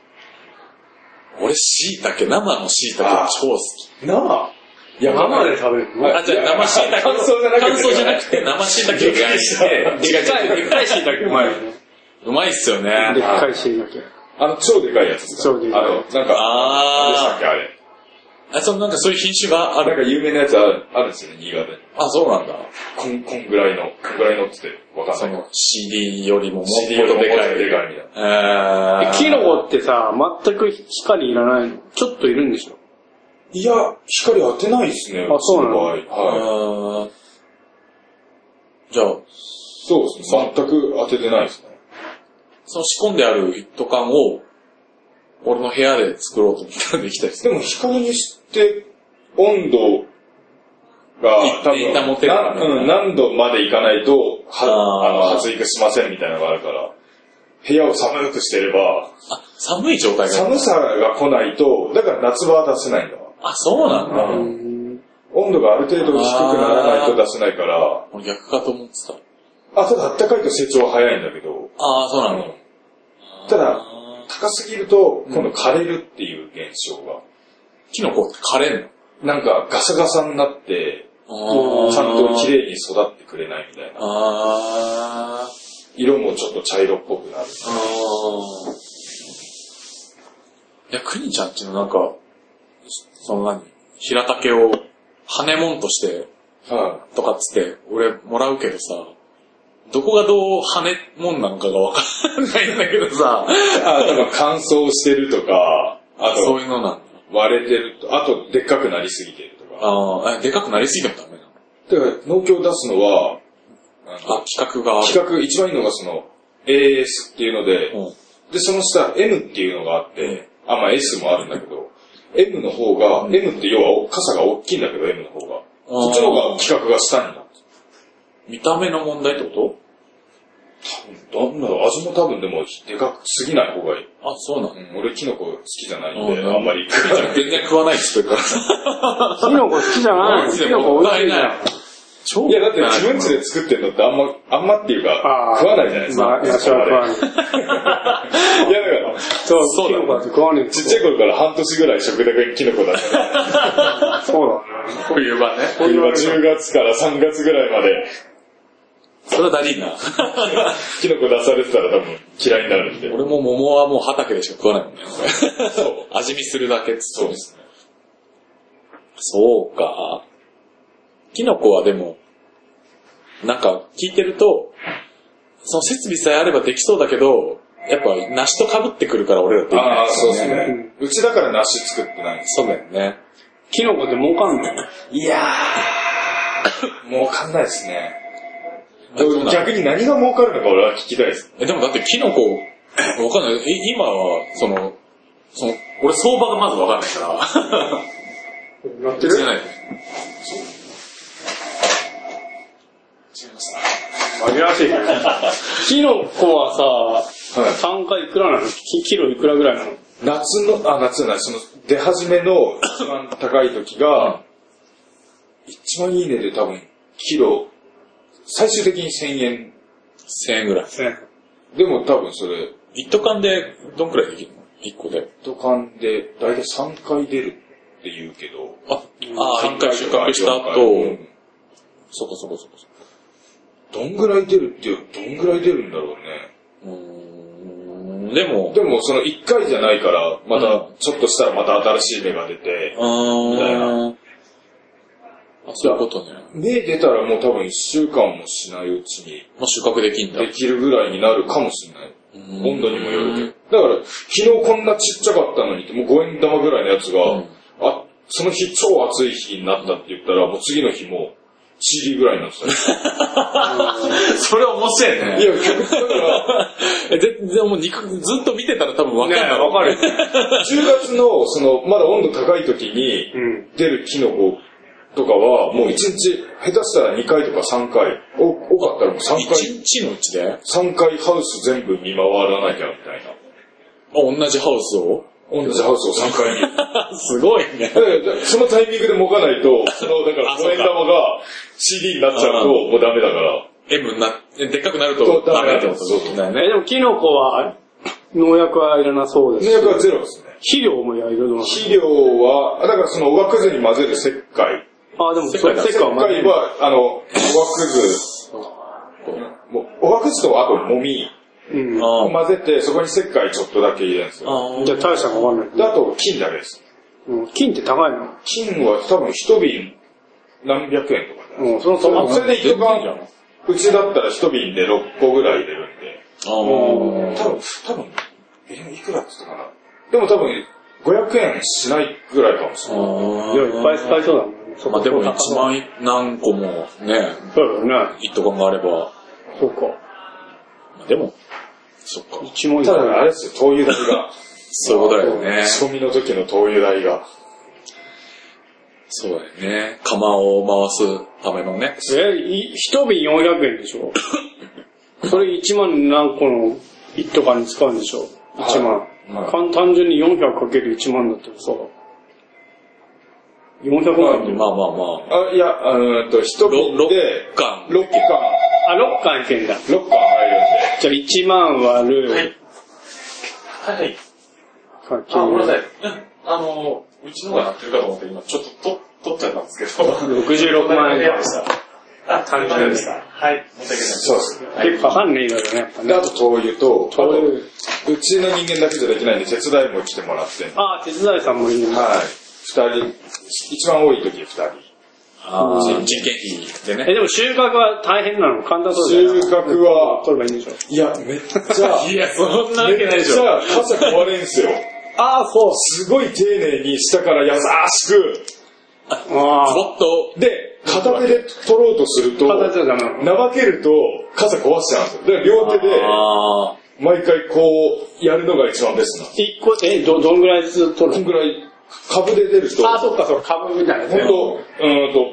S3: 俺、椎茸、生の椎茸超好き。
S1: 生い
S2: いや、生
S1: で
S2: で食べるの
S1: はい
S3: あ、じゃあ生椎茸。
S1: 乾燥じゃなくて
S3: 乾燥じゃなくて、生椎茸を焼い
S1: で
S3: て、でかい、でかい椎
S2: う
S3: 茸うま
S2: ま
S3: い
S2: い。。
S3: うまいっすよ
S2: でっ
S3: ね。
S2: かい椎茸。
S1: あの、超でかいやつですか
S2: 超でかい
S1: あの、なんか、あれでしたっ
S3: あ
S1: けあれ。
S3: ー。あ、そう、なんかそういう品種があ
S1: あ、なん
S3: る。
S1: か有名なやつあるあるんですよね、新潟に。
S3: あ、そうなんだ。
S1: こん、こんぐらいの、こんぐらいのっつって、わか
S3: そ
S1: んない。
S3: の CD よりももっと
S1: CD よりももっと
S3: で
S1: でか
S3: か
S1: い
S3: い。
S1: みたいな。
S3: え
S2: キノコってさ、全く光いらないのちょっといるんでしょ
S1: いや、光当てないですね。
S2: あそうなの
S1: うち場合はい。
S3: あーじゃあ、
S1: そうですね。全く当ててないですね。
S3: その仕込んである一斗缶を、俺の部屋で作ろうと思ったらできたりす
S1: で
S3: る。
S1: も光にして、温度が
S3: 一
S1: 多
S3: 定保
S1: 分、
S3: てる
S1: なうん、何度までいかないと、は
S3: あー
S1: あの、発育しませんみたいなのがあるから、部屋を寒くしてれば、
S3: あ、寒い状態が。
S1: 寒さが来ないと、だから夏場は出せないんだわ。
S3: あ、そうなんだ。
S1: う
S2: うんん。
S1: 温度がある程度低くならないと出せないから、
S3: 俺逆かと思ってた。
S1: あ、ただ暖かいと成長は早いんだけど、
S3: ああ、そうなんだ。
S1: ただ、
S3: あー
S1: 高すぎると、今度枯れるっていう現象が、
S3: キノコって枯れんの
S1: なんかガサガサになって、
S3: あー
S1: ちゃんと綺麗に育ってくれないみたいな。
S3: あー
S1: 色もちょっと茶色っぽくなる。
S3: あー。いや、クニちゃんちのなんか、その何、平竹を羽もんとして、
S1: は
S3: とかっつって、俺もらうけどさ、どこがどう羽もんなのかがわかんないんだけどさ、
S1: い。 あ、だから乾燥してるとか、あ
S3: そう
S1: と
S3: いうのなんだ。
S1: 割れてると、あとでっかくなりすぎてるとか。
S3: あーえでかくなりすぎてもダメなの。
S1: だから農協出すのは、あの
S3: あ、企画がある。
S1: 企画、一番いいのがその、AS っていうので、
S3: うん
S1: で、その下、M っていうのがあって、あ、まあ S もあるんだけど、M の方が、M って要は傘が大きいんだけど、M の方が。こっちの方が企画が下になって
S3: 見た目の問題って
S1: る。
S3: こ
S1: なんだろう、味も多分でも、でかすぎない方がいい。
S3: とあ、そうなの
S1: うん、俺キノコ好きじゃないんで、
S3: あな
S1: あんまり。
S3: 全然食わないっつってるから。
S2: キノコ好きじゃないのキノコ美味しいじゃん。
S3: 超
S1: いや、だって自分家で作ってるのってあんま、あんまっていうか
S2: あ、ー
S1: 食わないじゃないですか。
S2: まあ、いや、それは食わない。
S1: いや、だから、
S2: そう、
S3: そう
S2: キ
S3: だね
S2: ノコだって食わねえ
S1: ちっちゃい頃から半年ぐらい食卓にキノコだったから。
S2: そうだね。
S3: 冬場ね。
S1: 冬は10月から3月ぐらいまで、
S3: それはだりーな。
S1: キノコ出されてたら多分嫌いになるんで。
S3: 俺も桃はもう畑でしか食わないもんね。
S1: そう。
S3: 味見するだけっつ
S1: そ
S3: って。
S1: うですね。
S3: そうか。キノコはでも、なんか聞いてると、その設備さえあればできそうだけど、やっぱ梨と被ってくるから俺らできない
S1: ああ、そう
S3: で
S1: ですす
S3: よね。
S1: ね。うちだから梨作ってないんです。
S3: そうだよね。
S2: キノコって儲かんの
S1: いやー、儲かんないですね。で
S3: そうな
S1: も
S3: の
S1: 逆に何が儲かるのか俺は聞きたいです。
S3: え、でもだってキノコ、わかんない。え、今は、その、その、俺相場がまずわかんない から。
S2: なって
S3: 釣れない。
S2: 紛らわしいから。キノコはさ、
S1: はい
S2: 単価いくらなのキキロいくらぐらいなの
S1: 夏の、あ、夏じゃない、その、出始めの一番高い時が、一番いいねで多分、キロ、最終的に1000円。
S3: 1000円ぐらい。
S1: でも多分それ、
S3: 一斗缶でどんくらいできるの一個で。
S1: ドカンで、だいたい3回出るって言うけど、
S3: あ、あー、
S1: 三
S3: 一回収穫した
S1: 四回う
S3: 後、
S1: ん
S3: そこそこそこそこ。
S1: どんぐらい出るって、どんぐらい出るんだろうね。
S3: うーん、でも、
S1: でもその1回じゃないから、ま
S3: う
S1: た、ちょっとしたらまた新しい芽が出て、みたい
S3: あ
S1: な
S3: あ、そういうことね。
S1: 芽出たらもう多分1週間もしないうちに
S3: まあ、収穫できんだ。
S1: できるぐらいになるかもしれない。温
S3: 温
S1: 度にもよるけど。だから、昨日こんなちっちゃかったのに、もう5円玉ぐらいのやつが、
S3: うん
S1: あ、その日超暑い日になったって言ったら、もう次の日も、チリぐらいになってたりして。
S3: それ面白いね。
S1: いや、だから、
S3: え、全然もう肉、ずっと見てたら多分わかる
S2: ね
S3: だ
S2: え
S3: ろ う
S2: わかる。
S1: 10月の、その、まだ温度高い時に
S2: う、ん。
S1: 出るキノコとかは、もう1日、下手したら2回とか3回、お多かったらもう3
S3: 一
S1: 回、
S3: 日のうちであ、
S1: 三回ハウス全部見回らなきゃみたいな。
S3: 同じハウス を
S1: 同じハウスを3回見る。
S3: すごいね。
S1: だからそのタイミングでもがないと、その、だから
S3: あそう
S1: 5
S3: か
S1: 円玉が CD になっちゃうと、もうダメだから。
S3: M になって、でっかくなる
S1: そう
S3: とダ
S1: ダメ
S3: メ
S1: だ
S3: ってことだよ
S2: え、
S3: ね。
S2: でもキノコは、農薬はいらなそうです
S1: 農。薬はゼロですね。
S2: 肥料もいろいろなの。
S1: 肥料は、だからそのおがくずに混ぜる石灰。
S2: あ、でも、
S3: 世
S2: それ、
S3: 界だ
S2: 世
S1: 石
S2: 界
S1: 灰
S2: はまだ
S1: は、あの、おがくず、もうおがくずとあともみ
S2: うん。
S1: を
S3: あ
S1: 混ぜて、そこに石灰ちょっとだけ入れるんですよ。
S3: あ
S2: じゃあ大したかわかんない。
S1: で、あと金だけです。
S2: うん金って高いの
S1: 金は多分一瓶何百円とか
S2: うん、そのそ
S1: あ
S2: の
S1: それで一
S3: 全然いいじゃ
S1: 缶、うちだったら一瓶で6個ぐらい入れるんで。
S3: あー
S1: 多分、多分、え、いくらっつったかな。でも多分、500円しないぐらいかもしれない。
S3: あ
S2: いや、いっぱい使
S3: い
S2: いそうだもんね。そ
S3: まあでも
S2: そ
S3: 1万何個もね、
S2: そうだよね。
S3: 一斗缶があれば、
S2: そうか。
S3: まあでも、そっか。
S2: 1万円
S1: ただ、あれですよ、灯油代が。
S3: そういうことだよね。
S1: 仕込みの時の灯油代が。
S3: そうだよね。釜を回すためのね。
S2: え、い一瓶400円 でしょそれ1万何個の一斗缶に使うんでしょ ?1 万。
S3: はい
S2: 単単純に 400×1 万だったらさ、400万
S3: まあ
S2: 円。
S3: まあまあまあ。
S1: あ、いや、うーんと、一瓶
S3: ろ
S1: で
S3: 6、缶。
S1: 6缶、
S2: あ、6缶いけんだ。
S1: 6缶入るんで。
S2: じゃあ1万割る、
S4: はいはいはい。
S2: かけ
S4: あ、ごめんなさ
S2: る
S4: い。 あの、うちの方が鳴ってるかと思って、今ちょっと取っちゃったんですけど。
S2: 66万円。
S4: あ、足りませんでした。はい。申し訳ないです。
S1: そうです。
S2: 結構かかんねえだろうね、やっぱ
S1: で、
S2: ね。
S1: あと灯油と、あ
S2: 灯
S1: と
S2: 油
S1: うちの人間だけじゃできないんで、手伝いも来てもらって。
S2: あ、手伝いさんもいるね。
S1: はい。二人、一番多い時二人。
S3: あー人件費でね
S2: え、。でも収穫は大変なの簡単そうだよ
S1: 収
S2: ね。
S1: 穫は、
S2: 取ればいいんでしょ
S1: いや、めっ ちゃ、
S3: いや、そんなわ
S1: め
S3: けないで
S1: っ
S3: し
S1: ち
S3: ょ。
S1: ゃ傘壊れんすよ。
S2: ああ、そ
S1: すごい丁寧に下から優しく、
S2: う。ああ。
S3: もっと、
S1: で、片手で取ろうとすると、
S2: 形はダメなの。
S1: 怠けると傘壊しちゃうんですよ。だから両手で、
S3: あ
S1: 毎回こう、やるのが一番ベストなんです。
S2: 一個、え、ど、どんぐらいずつ取
S1: こ
S2: る
S1: んぐ
S2: の
S1: らい、株で出ると、
S2: ああ、そっか、そっか、株みたいなやつ
S1: ほん
S2: ね。
S1: と、うーんと、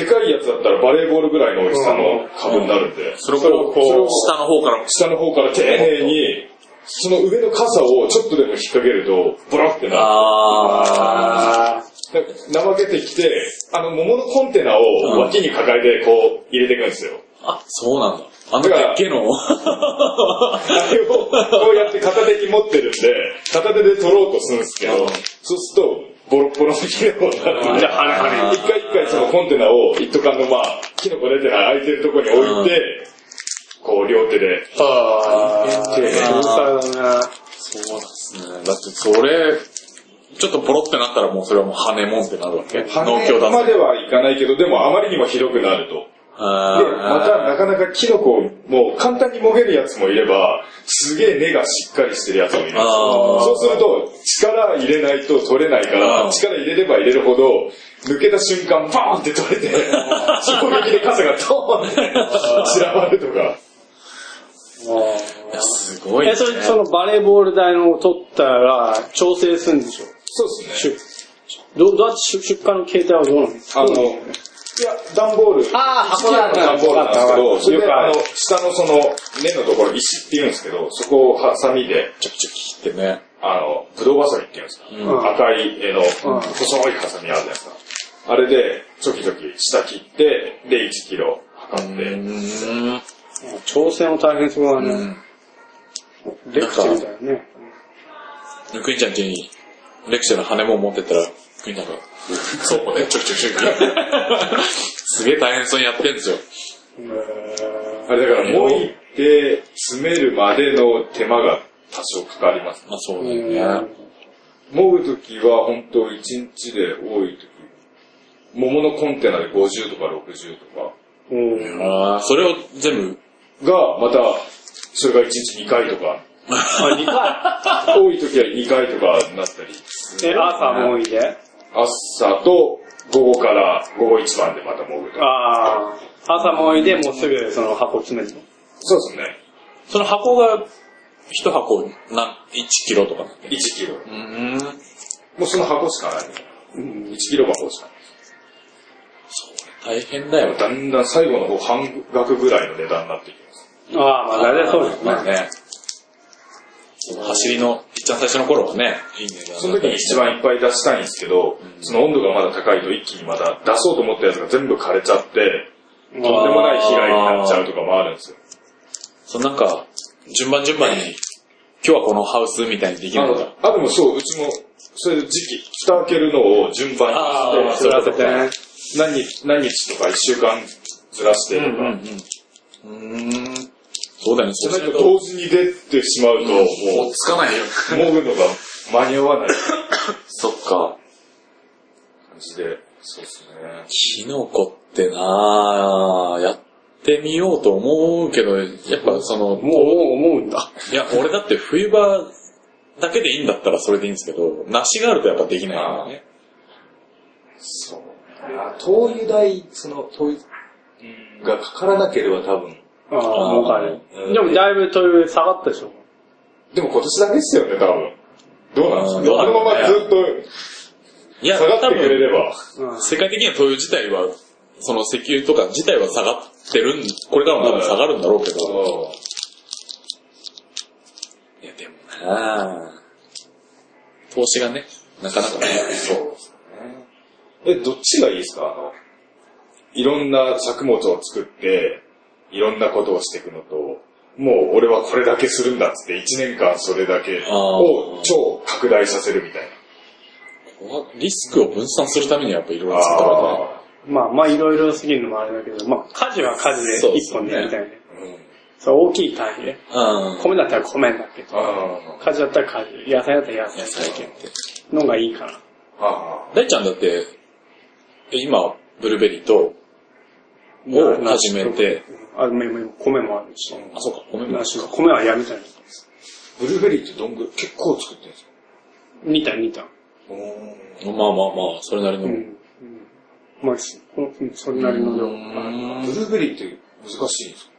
S1: でかいやつだったらバレーボールぐらいの大きさの株になるんで、
S3: ーそれをこう、
S1: それを
S3: 下の方から、
S1: 下の方から丁寧に、その上の傘をちょっとでも引っ掛けると、ボロってなる。
S3: あ
S2: あ
S1: で怠けてきて、あの、桃のコンテナを脇に抱えて、こう、入れていくんですよ。
S3: ーあ、そうなんだ。あの
S1: だから
S3: でっけの、
S1: あれを、こうやって片手に持ってるんで、片手で取ろうとするんですけ
S3: う
S1: ど
S3: ん、
S1: そうすると、ボロッボロのキノコになって、
S2: じゃあ跳ね跳
S3: ね
S1: 一回一回そのコンテナを、一斗缶のまあ、キノコ出てない空いてるところに置いて、こう、両手で、
S2: あ。ああ。
S1: 丁寧に
S2: 天才だね。
S3: そうですね。だってそれ、ちょっとポロってなったらもうそれはもう羽もんってなるわけ。農協
S1: ま
S3: だ
S1: ではいかないけど、でもあまりにもひどくなると。で、またな
S3: あ
S1: かなかキノコをもう簡単にもげるやつもいれば、すげえ根がしっかりしてるやつもいるんですよ。
S3: あー
S1: そうすると、力入れないと取れないか
S3: う
S1: ら、
S3: ん
S1: 力入れれば入れるほど、抜けた瞬間、バーンって取 れて、衝撃で傘がドーンって散らばるとか。
S3: ーいやすごい
S2: え、
S3: ね。
S2: それ、そのバレーボール台のを取ったら、調整するんでしょ
S1: そうですね。
S2: 出どどうやって出出荷の形態はどうなんですか
S1: あの、いや、段ボール。
S2: あー箱
S1: だ
S2: だ
S1: 段ボールなんですけ
S2: わかったわか
S1: ど、
S2: った
S1: それで
S2: よくあ
S1: あ
S2: る
S1: の、下のその、根のところ、石って言うんですけど、そこをハサミで、
S3: チョキチョキ切ってね。
S1: あの、ぶどうバサミって言うんですか。
S2: うん
S1: 赤い絵の
S2: うん
S1: 細いハサミあるじゃないですか。あれで、ちょきちょき下切って、で、1キロ測って。
S3: うん。
S2: 調整も大変そうだ
S3: う
S2: ね。
S3: ん。
S2: レクチャーみたいなね。
S3: クインちゃん家にレクチャーの羽もん持ってったら、クインちゃんが、そうこでちょきちょきちょき。すげえ大変そうにやってんですよ。
S1: あれだから、もいて、詰めるまでの手間が多少かかります。
S3: まあそう
S2: う
S3: だ
S2: ん
S3: よね。
S1: もぐときは、本当1日で多いとき、桃のコンテナで50とか60とか
S2: うん
S3: ああ、それを全部、
S1: が、また、それが1日2回とか、多いときは2回とかになったり、
S2: え、朝も多いで。
S1: 朝と午後から午後一番でまたもぐと。
S2: ああ。朝も多いで、もうすぐその箱詰めるの。
S1: そうですね。
S3: その箱が、一箱、なん、1キロとか。
S1: 1キロ。
S3: うん。
S1: もうその箱しかない。1キロ箱しかない。
S3: 大変だよ。
S1: だんだん最後の方半額ぐらいの値段になってきます。
S2: ああ、まあ大体そうです
S3: まあ
S2: ね。
S3: ね。走りの、一番最初の頃はね、いい値段
S1: その時に一番いっぱい出したいんですけど、その温度がまだ高いと一気にまた出そうと思ったやつが全部枯れちゃって、
S2: うん
S1: とんでもない被害になっちゃうとかもあるんですよ。
S3: そうなんか、順番順番に、今日はこのハウスみたいにできる
S1: あ
S3: のか。
S1: のあ、でもそう、うちも、それで時期、蓋開けるのを順番に
S3: あー
S1: して、そ
S2: 釣
S1: れ
S2: らせてね。
S1: 何日、何日とか1週間ずらしてとか、
S3: うんうん。うん。そうだよね、
S1: じ
S3: そ
S1: ゃな
S3: うす
S1: いと
S3: ると。
S1: 同時に出てしまうと、もう、
S3: うつかないよ。
S1: もぐのが間に合わない感
S3: そっか。
S1: じで、そうですね。
S3: キノコってなぁ、やってみようと思うけど、やっぱそ
S2: も
S3: の、
S2: う、もう思うんだ。
S3: いや、俺だって冬場だけでいいんだったらそれでいいんですけど、梨があるとやっぱできないからね。
S1: そう。灯油代、その、灯油がかからなければ多分。
S2: ああ、もうかね
S1: うん。
S2: でもだいぶという下がったでしょ。
S1: でも今年だけですよね、多分。どうなんです
S3: う
S1: か
S3: ん
S1: ね
S3: どう
S1: こ
S3: なん
S1: の
S3: だ
S1: ままずっ
S3: いや、
S1: と下が
S3: 多
S1: ってくれ
S3: 分、
S1: れば。
S2: うん
S3: 世界的には灯油自体は、その石油とか自体は下がってるん、これからも多分下がるんだろうけど。いや、でもなぁ、投資がね、なかなかね、そう。
S1: え、どっちがいいですかあの、いろんな作物を作って、いろんなことをしていくのと、もう俺はこれだけするんだっつって1年間それだけを超拡大させるみたい
S3: リスクを分散するためにはやっぱいろい
S1: な。
S3: ろ作った方がいいね。
S1: あ
S2: まあまあいろいろすぎるのもあれだけど、まあ家事は家事
S3: そう
S2: で
S3: です
S2: 一
S3: ね
S2: 本でやりたいね。
S1: ーうん
S2: そう大きい単位で。
S3: うん。
S2: 米だったら米だけど、
S1: あ
S2: 家事だったら家事、野菜だったら野
S3: 野
S2: 菜
S3: 菜系って。
S2: のがいいから。
S1: あ。ああ。
S3: 大ちゃんだって、え今、ブルーベリーと、を始めて、
S2: あ、めめ米もあるし。
S3: あ、そうか、ごめんな
S2: 梨は米はやめたいな。
S1: ブルーベリーってどんぐらい結構作ってるんですか
S2: 2単2単。
S3: まあまあまあ、それなりの。
S2: うん。うんまあ、そうんそれなりの量。
S1: ブルーベリーって難しいんですか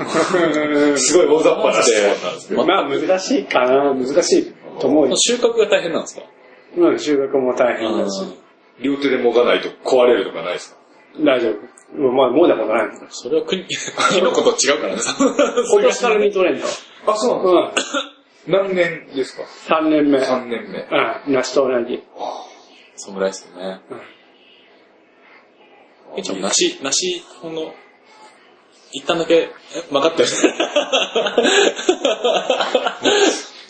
S2: うん
S1: すごい大雑把な質問なんですけど。
S2: まあ難しいかな、難しいと思うよ。
S3: 収穫が大変なんですか
S2: まあ収穫も大変だし。
S1: 両手でもがないと壊れるとかないですか
S2: 大丈夫。まあ、もうだことないもん。
S3: それは 国、キノコと違うからね。
S2: 今年から見とれんだ。
S1: あ、そうなん
S2: うん。
S1: 何年ですか
S2: 3年目。
S1: ?3 年目。
S2: うん。梨と同じ。
S3: そんぐらいですよね。
S2: うん
S3: え、ちゃん、梨、梨、ほんの、一旦だけ、え曲がってる。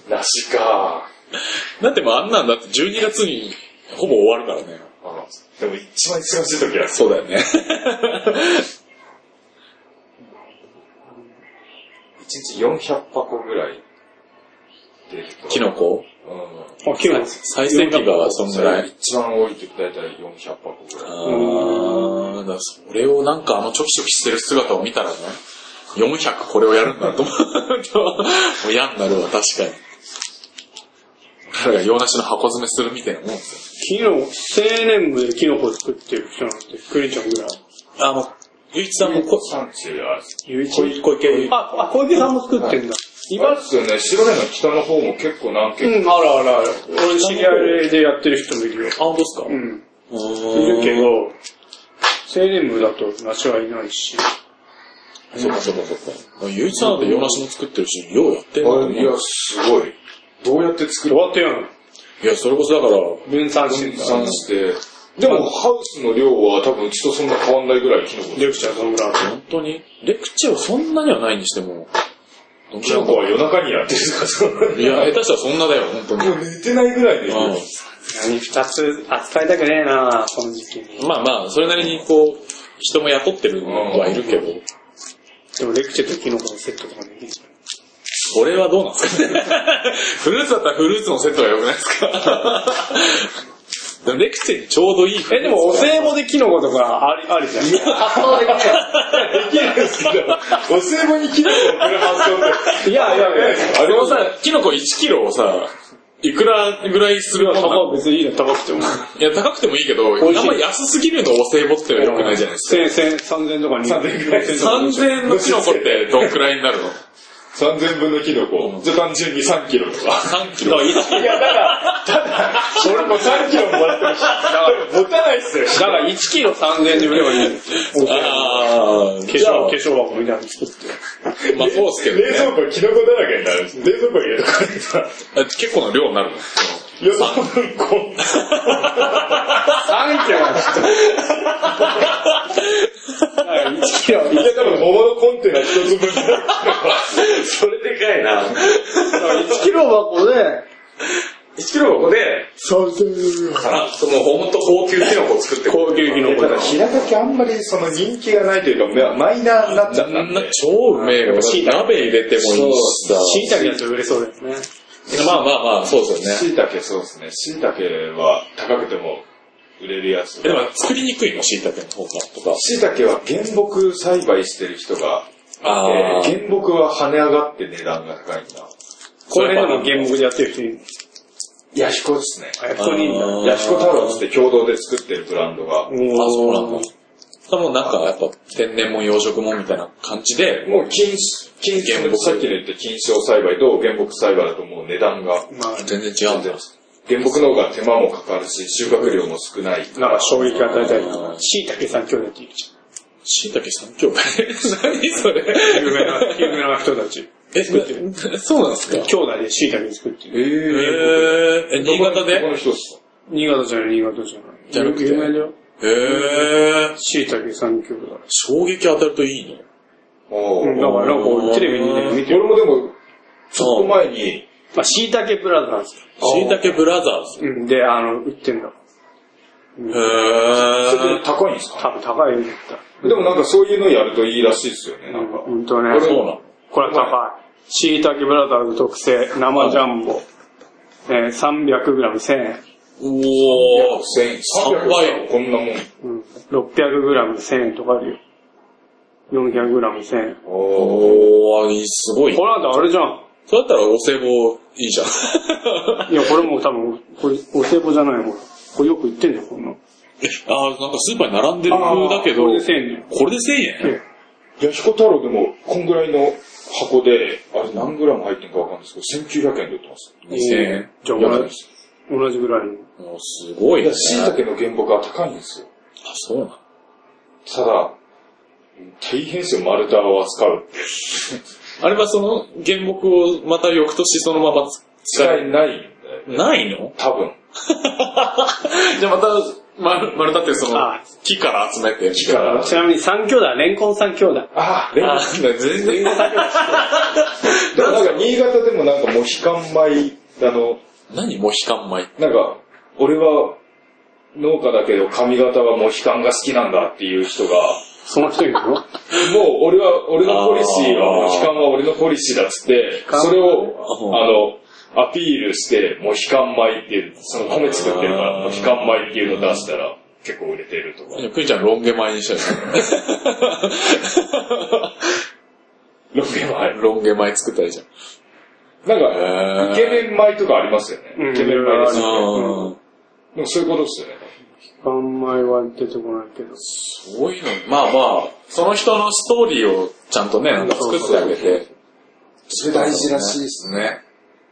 S1: 梨か
S3: なんでもあんなんだって12月にほぼ終わるからね。
S1: あでも一番忙しい時は
S3: そうだよね。
S1: 一日400箱ぐらい出ると。
S3: キノコ
S1: うん。
S2: あ、9本です。
S3: 最盛期がそんぐらい。
S1: 一番多い時大体400箱ぐらい。
S3: あーだからそれをなんかあのチョキチョキしてる姿を見たらね、400これをやるんだと思うと、もう嫌になるわ、確かに。彼らが洋梨の箱詰めするみたいなもんです
S2: キノコ、青年部でキノコ作ってる人なんて、クリンちゃんぐらい。
S3: よ。あ、もう、ゆいちさんもこ、
S1: 産地は、
S2: ゆういち
S3: 小池、小池
S2: あ、あ、小池さんも作ってんだ。
S1: 今ですよね、白根の北の方も結構何
S2: う
S1: 件
S2: ん、あるあるある。俺知り合いでやってる人もいるよ。
S3: あ、本当ですか
S2: うん。
S3: う
S2: い
S3: ーん
S2: るけど、青年部だと梨はいないし。
S3: そうかそうかそうか。ゆういちさんだって洋梨も作ってるし、ようやってんなと
S1: か。
S3: 思う。
S1: いや、すごい。どうやって作
S2: ど
S1: る
S2: うやってやるの
S3: いや、それこそだから、
S2: 分散してん
S1: 分
S2: だ。
S1: 散して。でも、ハウスの量は多分うちとそんな変わんないぐらいキノコ。
S2: レクチャーそのぐらいある
S3: 本当に、レクチャーはそんなにはないにしても、どん
S1: キ
S3: くらい
S1: ノ
S3: か
S1: コは夜中にやってるから、
S3: いや、下手したらそんなだよ、本当に。
S1: もう寝てないぐらいで。
S3: うん
S2: 何二つ扱いたくねえなこの時期に。
S3: まあまあ、それなりにこう、人も雇ってるのはいるけど、
S2: でもレクチャーとキノコのセットとかできるじゃん。
S3: これはどうなんです かねフルーツだったらフルーツのセットが良くないです かでもレクチェにちょうどいい。
S2: え、でもお歳暮でキノコとかあり、ありじゃん。
S1: できるんですけど、お歳暮にキノコを送る発想って。
S2: いやいやいや
S1: あ
S3: あ
S1: れ
S3: れ
S1: も
S3: も
S1: さ、
S3: さ、キノコ1キロをさ、いくらぐらいするもんな
S2: 高
S3: の
S2: は別にいいの高くても。
S3: いや、高くてもいいけど、
S2: 美味しい
S3: あんまり安すぎるのお歳暮って良くないじゃないです
S2: 千、千、三千とかに。
S1: 三千ぐらい
S3: か。3000円のキノコってどんくらいになるの
S1: 3000分のキノコ。じゃあ単純に3キロとか。
S3: ?3 キロ。
S1: いや、だから、ただ、俺も3キロもらってるし、だから持たないっすよ。
S2: だから1キロ3000円で売ればいいの。
S3: ああ、化
S2: 化粧、化粧箱みたいなの作 って。
S3: まあそうですけど
S1: 冷
S3: ね。
S1: 蔵庫キノコだらけになるんです冷蔵庫入れとかれたら、
S3: あ結構な量になるの
S1: いや、そ分こんな。
S2: 3キロはちょっと。1キロ、
S1: いや、多分桃のコンテナ一つ分だよ
S4: それでかいな。
S2: 1キロ箱で、
S4: 1キロここで、
S2: 3000円。
S4: あ、もうほんと高級キノコを作って
S2: 高級キノコ
S1: た
S2: だ
S1: だ、。平たきあんまりその人気がないというか、まマイナーになっちゃったん
S3: な
S1: で。
S3: 超うめえよ。
S2: 椎茸
S3: 鍋入れてもいいしさ。
S2: 椎茸だと売れそうですね。
S3: まあまあまあ、そうですよね。
S1: 椎茸そうですね。椎茸は高くても売れるやつ
S3: え。でも作りにくいの椎茸の方がとか。
S1: 椎茸は原木栽培してる人が、
S3: あー
S1: えー原木は跳ね上がって値段が高いんだ。
S2: これでも原木でやってる人いるんです
S1: ヤヒコですね。
S2: かやっとにいんだ。
S3: あー
S1: ヤヒコ太郎っつって共同で作ってるブランドが、
S2: ー
S3: あ、そうなんだ。しかもなんかやっぱ天然も養殖もみたいな感じで、
S1: もう金、金原木、さっきの言った金賞栽培と原木栽培だともう値段が、
S2: まあ、
S3: 全然違うんだよ。
S1: 原木の方が手間もかかるし、収穫量も少ない。
S2: なんか衝撃与えたりとか、椎茸さん兄弟っているじ
S3: 椎茸三兄弟何それ
S2: ゃん。有名な、有名な人たち。
S3: え、そうなんですか
S2: 兄弟で椎茸作って
S1: え
S2: る。
S3: え
S1: ー、
S3: ー、え、新潟
S1: こ
S3: で
S1: の人っす
S2: 新潟じゃない、新潟じゃない。
S3: じゃなくて
S2: 有名だよ。
S3: えー、
S2: 椎茸さん兄弟。
S3: 衝撃当たるといいの
S1: かお
S2: うん、だ
S1: ー
S2: からなんかテレビにね、見て
S1: 俺
S2: る。
S1: もでも、ちょっと前に、
S2: まあ、椎茸ブラザーズ。
S3: 椎茸ブラザーズ。
S2: うん、で、あの、売ってんだ。
S3: へ
S1: それ
S3: ー。
S1: 高いんですか
S2: 多分高いよ、絶対。
S1: でもなんかそういうのやるといいらしいですよね、なんか。
S2: 本当ね。
S3: そうなの
S2: これは高い。椎茸ブラザーズ特製生ジャンボ。えー、300g1000 円。
S3: おー。
S1: 千
S3: 三倍
S1: こんなもん。
S2: うん。600g1000 円とかあるよ。400g1000 円。
S1: おー
S3: おー、すごい。
S2: これなんてあれじゃん。
S3: そうだったらお歳暮い いじゃん。
S2: いや、これもう多分、これ、お歳暮じゃないほら。これよく言ってんだよ、こんなの。
S3: あー、なんかスーパーに並んでる風だけど、
S2: こ
S3: こ
S2: れ
S3: れ
S2: で1000
S3: で
S2: 円
S3: 1000
S2: だ
S3: 円
S2: よ。
S1: ヤヒコ太郎でも、こんぐらいの箱で、あれ何グラム入ってるかわかんないですけど、1900円で売ってます。
S3: ?2000 円。
S2: じゃあ
S1: やばい
S2: 同
S1: で
S2: じ、
S1: す。
S2: 同じぐらいの。
S3: もうすご
S1: い
S3: いね。
S1: や、椎茸の原木は高いんですよ。
S3: あ、そうなの
S1: ただ、大変ですよ、丸太を扱う。
S3: あれはその原木をまた翌年そのまま使
S1: 使
S3: え、
S1: えないんで、
S3: ないの
S1: 多分。
S3: じゃあまた、丸、丸立ってその
S2: あ、
S3: 木から集めて。木
S1: から
S2: ちなみに3兄弟、レンコン3兄弟。
S1: ああ、レン
S3: あ、全然。
S1: で もなんか新潟でもなんかもう悲観米、あの、
S3: 何モヒカン米って。
S1: なんか、俺は農家だけど髪型はモヒカンが好きなんだっていう人が、
S2: その人いるの
S1: もう俺は、俺のポリシーはモヒカンは俺のポリシーだっつって、
S2: カン
S1: それを、あの、アピールして、もう悲観米っていう、その米作ってるから、もう悲観米っていうの出したら、結構売れてるとか。
S3: くんちゃんロン毛前にした
S1: ロ
S3: よ
S1: ケ米。
S3: ね。ロン毛前作ったりじゃん。
S1: なんか、
S3: へー
S1: イケメン米とかありますよね。
S2: うん
S1: イケメン米です
S2: う
S1: よね。
S2: ん
S3: あー
S1: でもそういうことですよね。
S2: あんまりは出てこないけど。
S3: そういうの、まあまあ、その人のストーリーをちゃんとね、なんか作ってあげて。
S1: それ大事らしいですね。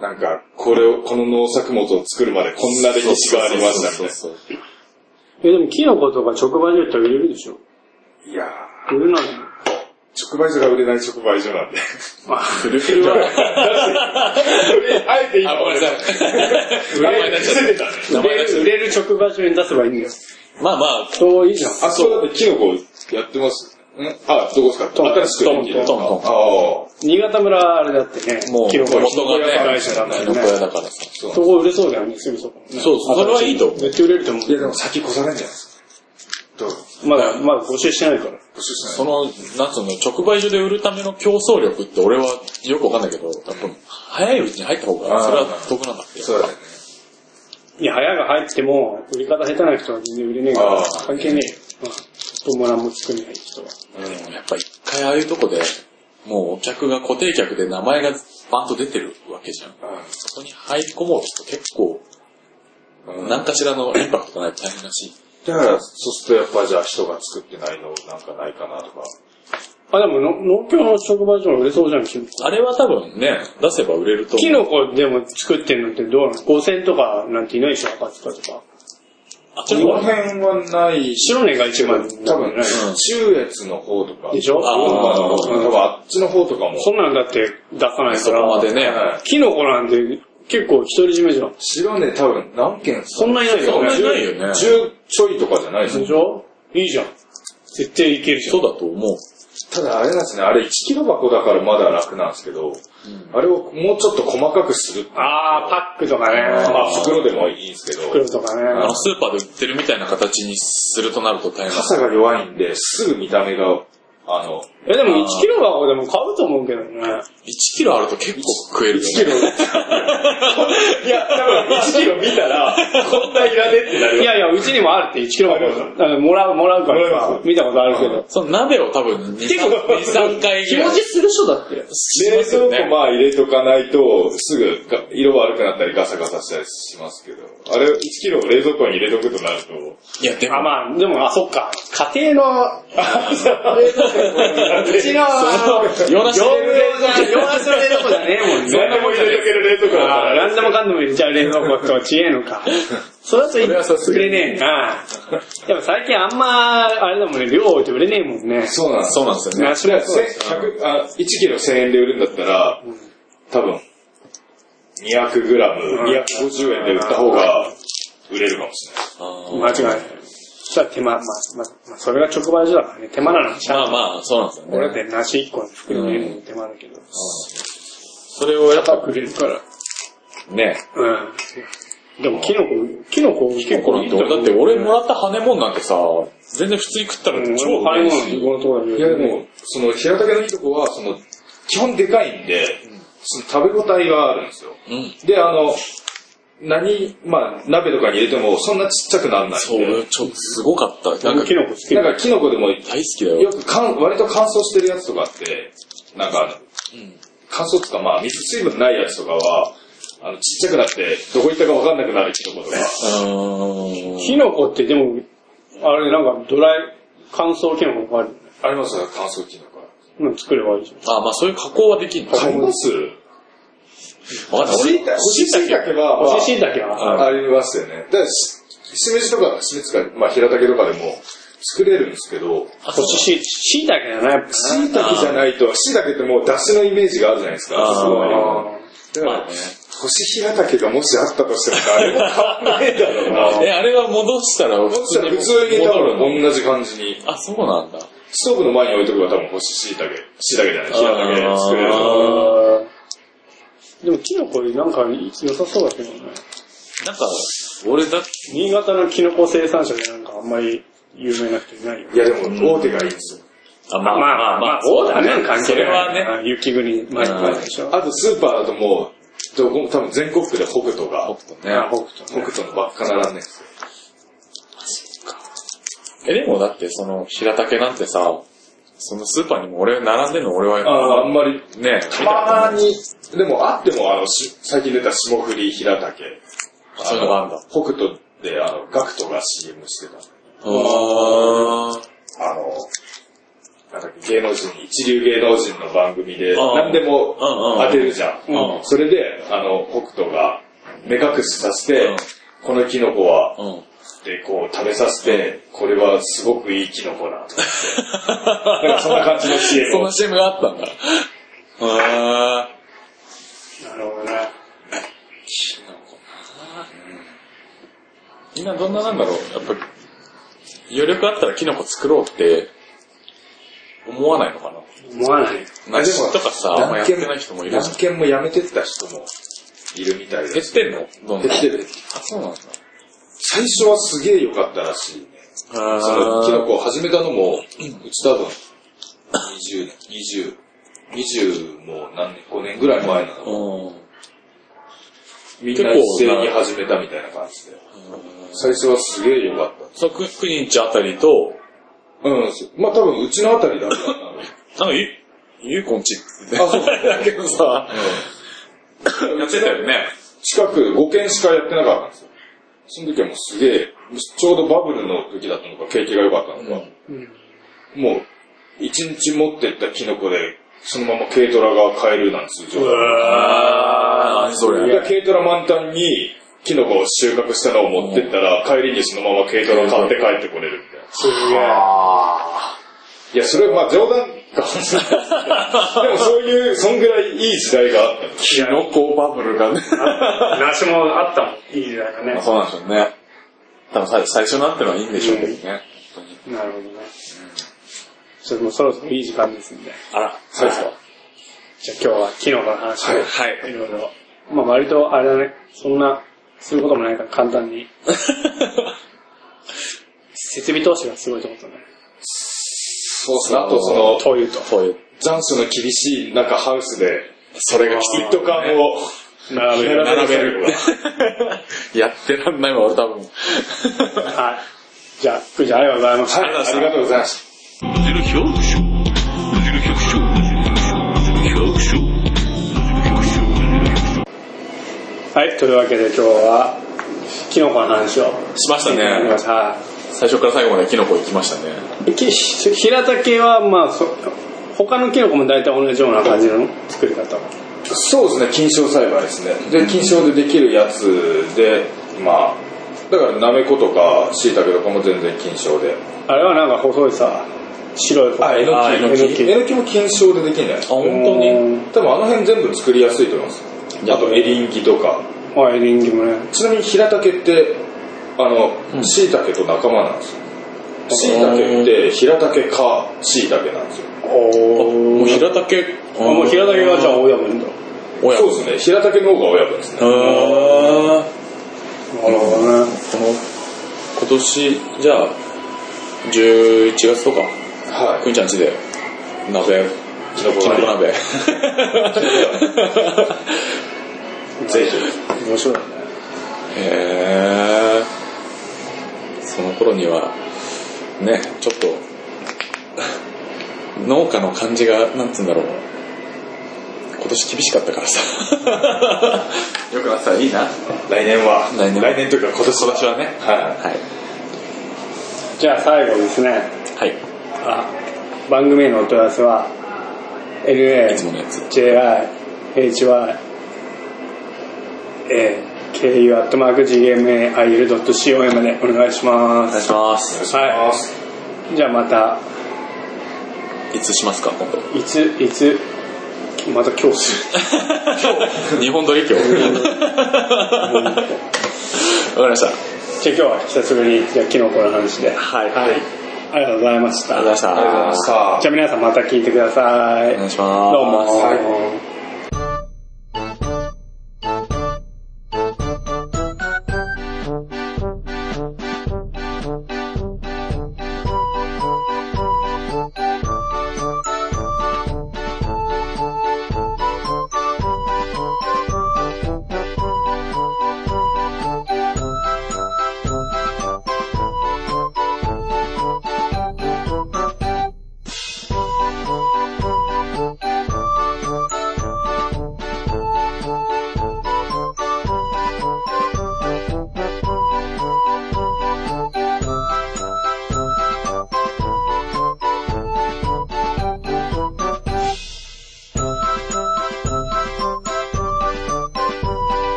S1: なんか、これを、この農作物を作るまでこんな歴史がありましたみたい
S3: そうそうそう
S2: え、でもキノコとか直売所行ったら売れるでしょ
S1: な。いやー、
S2: 売れない
S1: 直売所が売れない直売所なんで。
S3: フルフルは、
S1: あえて今、
S3: あ、ごめんなさい。名前出しちゃっ
S2: の売
S3: 名前
S2: れ
S3: 出しち
S2: る
S3: ゃ
S2: 売れる直売所に出せばいいんだよ。
S3: ったまあまあ、
S2: そういいじゃん。
S1: あ、そう、だってキノコやってます。んあ、どこですか
S2: トン
S1: 新しく
S3: トントントン
S1: ああ、
S2: 新潟村あれだってね、
S3: もう、
S2: キノコ
S3: 元
S2: キノコ
S3: が
S2: 屋さん会社だ
S3: ね、
S2: か
S3: キノコ
S2: ら
S3: 屋
S2: ね。
S3: だからさ。
S1: そう
S2: そこ売れそうだよね、すぐそこ。
S3: そうそうそれはいいと思う
S2: めっちゃ売れると思
S1: いや、で
S2: う。
S1: も先越さないんじゃないですか。どう募集
S2: まだ、まだ募集してないから。
S1: し
S3: その、なんつうの、直売所で売るための競争力って俺はよくわかんないけど、多分、早いうちに入った方が、
S1: あー
S3: それは得なんだって。
S1: そうだよね。
S2: いや、早が入っても、売り方下手な人は全然売れねえから
S1: あ、ー
S2: 関係ねえよ。うん。友達も作れない人は。
S3: でもやっぱ一回ああいうとこで、もうお客が固定客で名前がバンと出てるわけじゃん。
S1: う
S3: そこに入り込もうと結構、
S1: ん
S3: 何かしらのインパクトがないと大変だし。
S1: だから、そうするとやっぱじゃあ人が作ってないのなんかないかなとか。
S2: あ、でもの農協の直売所も売れそうじゃん、キノコ。
S3: あれは多分ね、出せば売れると
S2: キ
S3: 思う。
S2: ノコでも作ってんのってどうなの ?5000 とかなんていないでしょ、赤塚とか。
S3: あ
S1: こ
S3: っち
S1: の
S3: の方が
S1: 辺はないし、
S2: 白根が一番
S1: 多分、
S2: ない。
S1: 中越の方とか。
S2: でしょ
S1: ああ、多分あっちの方とかも。
S2: そんなんだって出さない
S3: そ
S2: か
S3: こま
S2: ら。
S3: でね。
S1: はい
S2: キノコなんて結構独り占めじゃん。
S1: 白根多分何軒
S2: そんないない
S3: そ
S2: よ
S3: んなに
S2: ね。
S3: ないよね。そう
S1: 10ちょいとかじゃないです
S2: で
S1: よ
S2: しょいいじゃん。絶対いけるじゃん。
S3: だと思う。
S1: ただあれなんですね、あれ1キロ箱だからまだ楽なんですけど、あれをもうちょっと細かくするっていう
S2: あー、パックとかね。
S1: まあ袋でもいいんですけど、
S2: 袋とか
S3: あの
S2: ね。
S3: スーパーで売ってるみたいな形にするとなると大変だ
S1: 傘が弱いんで、すぐ見た目が、あの、
S2: え、でも1キロ箱でも買うと思うけどね。
S3: 1キロあると結構食えるよね。
S1: いや、多分1キロ見たら、こんないらねってなる
S2: いやいや、うちにもあるって1キロ箱だからもらう、もらうか
S1: もらい
S2: ら
S1: ま。す
S2: 見たことあるけど。
S3: その鍋を多分2、3回ぐらい。
S2: する人だって。
S3: しま
S1: 冷
S3: す
S1: 蔵
S3: よ
S1: 庫
S3: ね
S1: まあ入れとかないと、すぐが色悪くなったりガサガサしたりしますけど、あれ1キロを冷蔵庫に入れとくとなると、
S3: いや、で
S2: あ、
S3: も、
S2: まあ、でも、あ、そっか。家庭の、うちの、洋
S3: 洋梨
S2: 梨洋梨の冷蔵庫じゃねえもんね。
S1: 何でも入れとける冷蔵庫だ
S2: あ
S1: か
S2: あ、
S1: ら、
S2: 何でもかんでも入れちゃう冷蔵庫とちえのか。それだとい
S3: それはさす
S2: 売
S3: がに
S2: れねえな。でも最近あんま、あれだもんね、量多いと売れねえもんね。
S1: そうなんです
S3: そうなんですよね
S2: な。
S1: それは100あ1キロ1000円で売るんだったら、多分、200グラム、250円で売った方が売れるかもしれない。
S3: あ
S2: 間違いない。そしたら手間、まあ、まあ、まあ、それが直売所だからね、手間なのにし
S3: ー
S2: ゃ
S3: ま
S2: あ
S3: あまあ、そうなんですよ
S2: 俺
S3: ね。
S2: だって梨1個の袋入れるのに手間だけど。
S3: それをやっぱ、
S2: くれるから。
S3: ね。
S2: うん。でも、キノコ、キノコ結
S3: 結構
S2: 構
S3: ないん
S2: い
S3: て、
S2: と思う
S3: だって俺もらった羽根もんなんてさ、全然普通に食ったら
S2: うん、
S3: 超
S2: 超
S3: う
S2: 買い
S3: まい
S2: 物の
S3: し。
S2: このところだ
S1: い
S2: け
S1: や
S2: ど
S1: でも、その平竹のいいとこは、その、基本でかいんで、その食べ応えがあるんですよ。
S3: うん。
S1: で、あの、何、まあ、鍋とかに入れてもそんなちっちゃくならないん
S3: そう、
S1: で、
S3: 俺ちょ、すごかった。なん
S2: 僕
S3: か
S2: キ、ノコ好き
S1: なん
S2: だ。
S1: かキノコでも
S3: 大好きだ
S1: よ
S3: よ。
S1: くかん割と乾燥してるやつとかって、なんかあの、
S3: うん
S1: 乾燥っていうかまあ水水分ないやつとかは、あの、ちっちゃくなって、どこ行ったかわかんなくなるキノコとか。
S3: あー
S2: キノコってでも、あれなんかドライ、乾燥キノコがある。
S1: ありますよ、乾燥キノコ。
S2: うん、作ればいいじゃん。
S3: あ、まあそういう加工はできんの。
S1: 買います
S3: わかんない。俺
S1: 干し椎茸は、
S2: 干し椎茸は、
S1: ありますよね。だからし、しめじとか、しめじとか、まあ平竹とかでも作れるんですけど、
S3: あそ
S2: 干
S3: う
S2: し椎茸、椎茸じゃないやっぱ
S1: 椎茸じゃないと、椎茸ってもう出汁のイメージがあるじゃないですか。
S3: あー
S1: すごい
S2: あ
S1: だから
S3: まあね、
S1: 干し平竹がもしあったとしても誰も買わないだろうな。
S3: え、あれは戻したら普
S1: そした
S3: 通
S1: ら
S3: に
S1: 普通に多
S3: 戻るの
S1: 分同じ感じに、
S3: あ、そうなんだ。
S1: ストーブの前に置いとくば多分干し椎茸、椎茸じゃない、平
S3: あ
S1: 竹
S3: ー
S1: 作れると
S3: あ
S1: 思う。
S2: ーでもキノコなんか良さそうだけどね。
S3: なんか、俺だ、
S2: 新潟のキノコ生産者でなんかあんまり有名な人いないよね
S1: い。やでも大手がいいんですよ。
S3: あ、
S2: まあまあまあ、そうだね、関
S3: そ
S2: 係
S3: れ
S2: な。
S3: はいね、
S2: ね、雪国、まあ、でしょ。
S1: あとスーパーだともう、どこ多分全国区で北斗が、
S3: 北斗
S2: あ
S3: ね。
S2: 北斗
S1: 北
S2: ね。
S1: 斗のばっかならんねんですよ。
S3: え、でもだってその、平竹なんてさ、そのスーパーにも俺並んでるの俺は、
S1: あんまり、
S3: ねえ、
S1: たまに、でもあっても、あの、し最近出た霜降り平竹、
S3: そういうのがあんだ。
S1: 北斗で、あの、ガクトが CM してた。
S3: あー
S1: あの、なんか芸能人、一流芸能人の番組で、
S3: あー
S1: 何でも
S3: うんうん
S1: 当てるじゃん。
S3: うん
S1: それで、あの、北斗が目隠しさせて、
S3: うん
S1: このキノコは、
S3: うん。
S1: で、こう食べさせて、これはすごくいいキノコだ、 とかって。なんかそんな感じの CM
S3: そん
S1: を
S3: な CM があったんだ。あー
S2: なるほどね。
S3: みんなどんななんだろうやっぱり、余力あったらキノコ作ろうって、思わないのかな
S2: 思わない。
S3: 梨とかさ、あんまやってない人もいるじゃ
S1: 何件もやめてった人もいるみたい
S3: ん。
S1: で
S3: 減
S1: す。
S3: ってんのどんどん。
S1: 減ってる。
S3: あ、そうなんだ。
S1: 最初はすげえ良かったらしいね。そのキノコを始めたのも、うち多分、20年、20、20もう何年、5年ぐらい前なの。
S3: うん。
S1: みんな一斉に始めたみたいな感じで。最初はすげえ良かっ
S3: そのく9インチあたりと、
S1: た。うん、まあ多分うちのあたりだったな。
S3: なんかゆ、ゆうこんちって。
S1: あそう
S3: だけどさ、やってたよね。
S1: 近く5軒しかやってなかったんですよ。その時はもうすげえ、ちょうどバブルの時だったのか、景気が良かったのか、
S2: うん。
S1: もう、一日持ってったキノコで、そのまま軽トラが買えるなんつう状態。
S3: あー、何それ。
S1: で軽トラ満タンに、キノコを収穫したのを持ってったら、帰りにそのまま軽トラ買って帰ってこれるみたいな。
S2: すげえ。
S3: あ
S1: いや、それまあ冗 談かもしれない。でもそういう、そんぐらいいい時代があったんです。
S3: キノコバブルがね。
S2: 梨もあったもん。いい時代だね。
S3: そうなんでしょうね。多分最最初なんてのはいいんでしょうけどね。本当に
S2: なるほどね。それもそろそろいい時間ですんで。
S3: あら、
S1: そうですか。
S2: じゃあ今日はキノコの話を、
S3: はい
S2: い、ろいろ。まあ割とあれだね、そんな、することもないから簡単に。設備投資がすごいってことね。
S1: そうですね。あとその、
S2: というと。
S3: そういう。
S1: 残暑の厳しい中ハウスで、それがきっと感を
S2: 並べる。
S1: 並べる。
S3: やってらんないわ、俺多分。
S2: はい。じゃあ、くーちゃんありがとうございました。
S1: はい、ありがとうございました。
S5: Brasileiro Show. Brasileiro Show. Brasileiro Show. Show. Show. Brasileiro Show. Brasileiro Show.
S2: はい、というわけで今日は、キノコの話を
S3: しました
S2: していただきま
S3: ね
S2: し。た。はい
S3: 最初から最後までキノコ行きましたね。
S2: き平竹はまあそ他のキノコも大体同じような感じの作り方
S1: そうですね、菌床栽培ですね。で、菌床でできるやつで、まあ、だからナメコとか椎茸とかも全然菌床で。
S2: あれはなんか細いさ白い
S1: あ、え
S3: あ
S1: のき。
S2: えのき
S1: えのきも菌床でできるんじゃないです
S3: あ、
S1: か。
S3: 本当に
S2: に
S1: 多分あの辺全部作りやすいと思います。あとエリンギとか。
S2: あエリンギもね
S1: ちなみに平竹って、あ
S3: うん
S1: の、椎茸と仲間なんですよ。椎茸って平竹か椎茸なんですよ。
S2: お
S3: もう
S2: お
S3: 平竹。
S2: もう平竹がじゃあ親分だ
S3: 親
S1: そうですね、平竹の方が親分ですね。
S3: あ
S2: なるほどね
S3: ーこの、今年、じゃあ、11月とか、
S1: は
S3: くんちゃん家で、鍋、
S1: い。キノコ
S3: キノコ鍋。
S1: ぜひ。
S2: 面白いね
S3: へえその頃にはねちょっと農家の感じがなんつうんだろう今年厳しかったからさよくなったらいいな
S1: 来年は、
S3: 来年は
S1: 来年というか今年
S3: 今
S1: は。
S3: 年はね
S1: は。
S3: はい
S2: じゃあ最後ですね
S3: はい
S2: あ番組へのお問い合わせはい
S3: つものやつ
S2: LAJIHY ku.gmail.com までお願いしま
S3: お願い
S2: す
S3: します
S2: はいいじゃあまた
S3: いつしますか今度
S2: いついつまた今日する
S3: 日本撮り今日 わかりました
S2: じゃあ今日は久しぶりにじゃあキノコの話で
S3: はい
S2: はいありがとうございまし
S3: あ
S2: た
S3: りがとうございまし
S2: じ
S3: た
S1: ありがとうございました
S2: ゃあ皆さんまた聞いてください
S3: お願いします
S2: どうも、
S1: は
S2: はい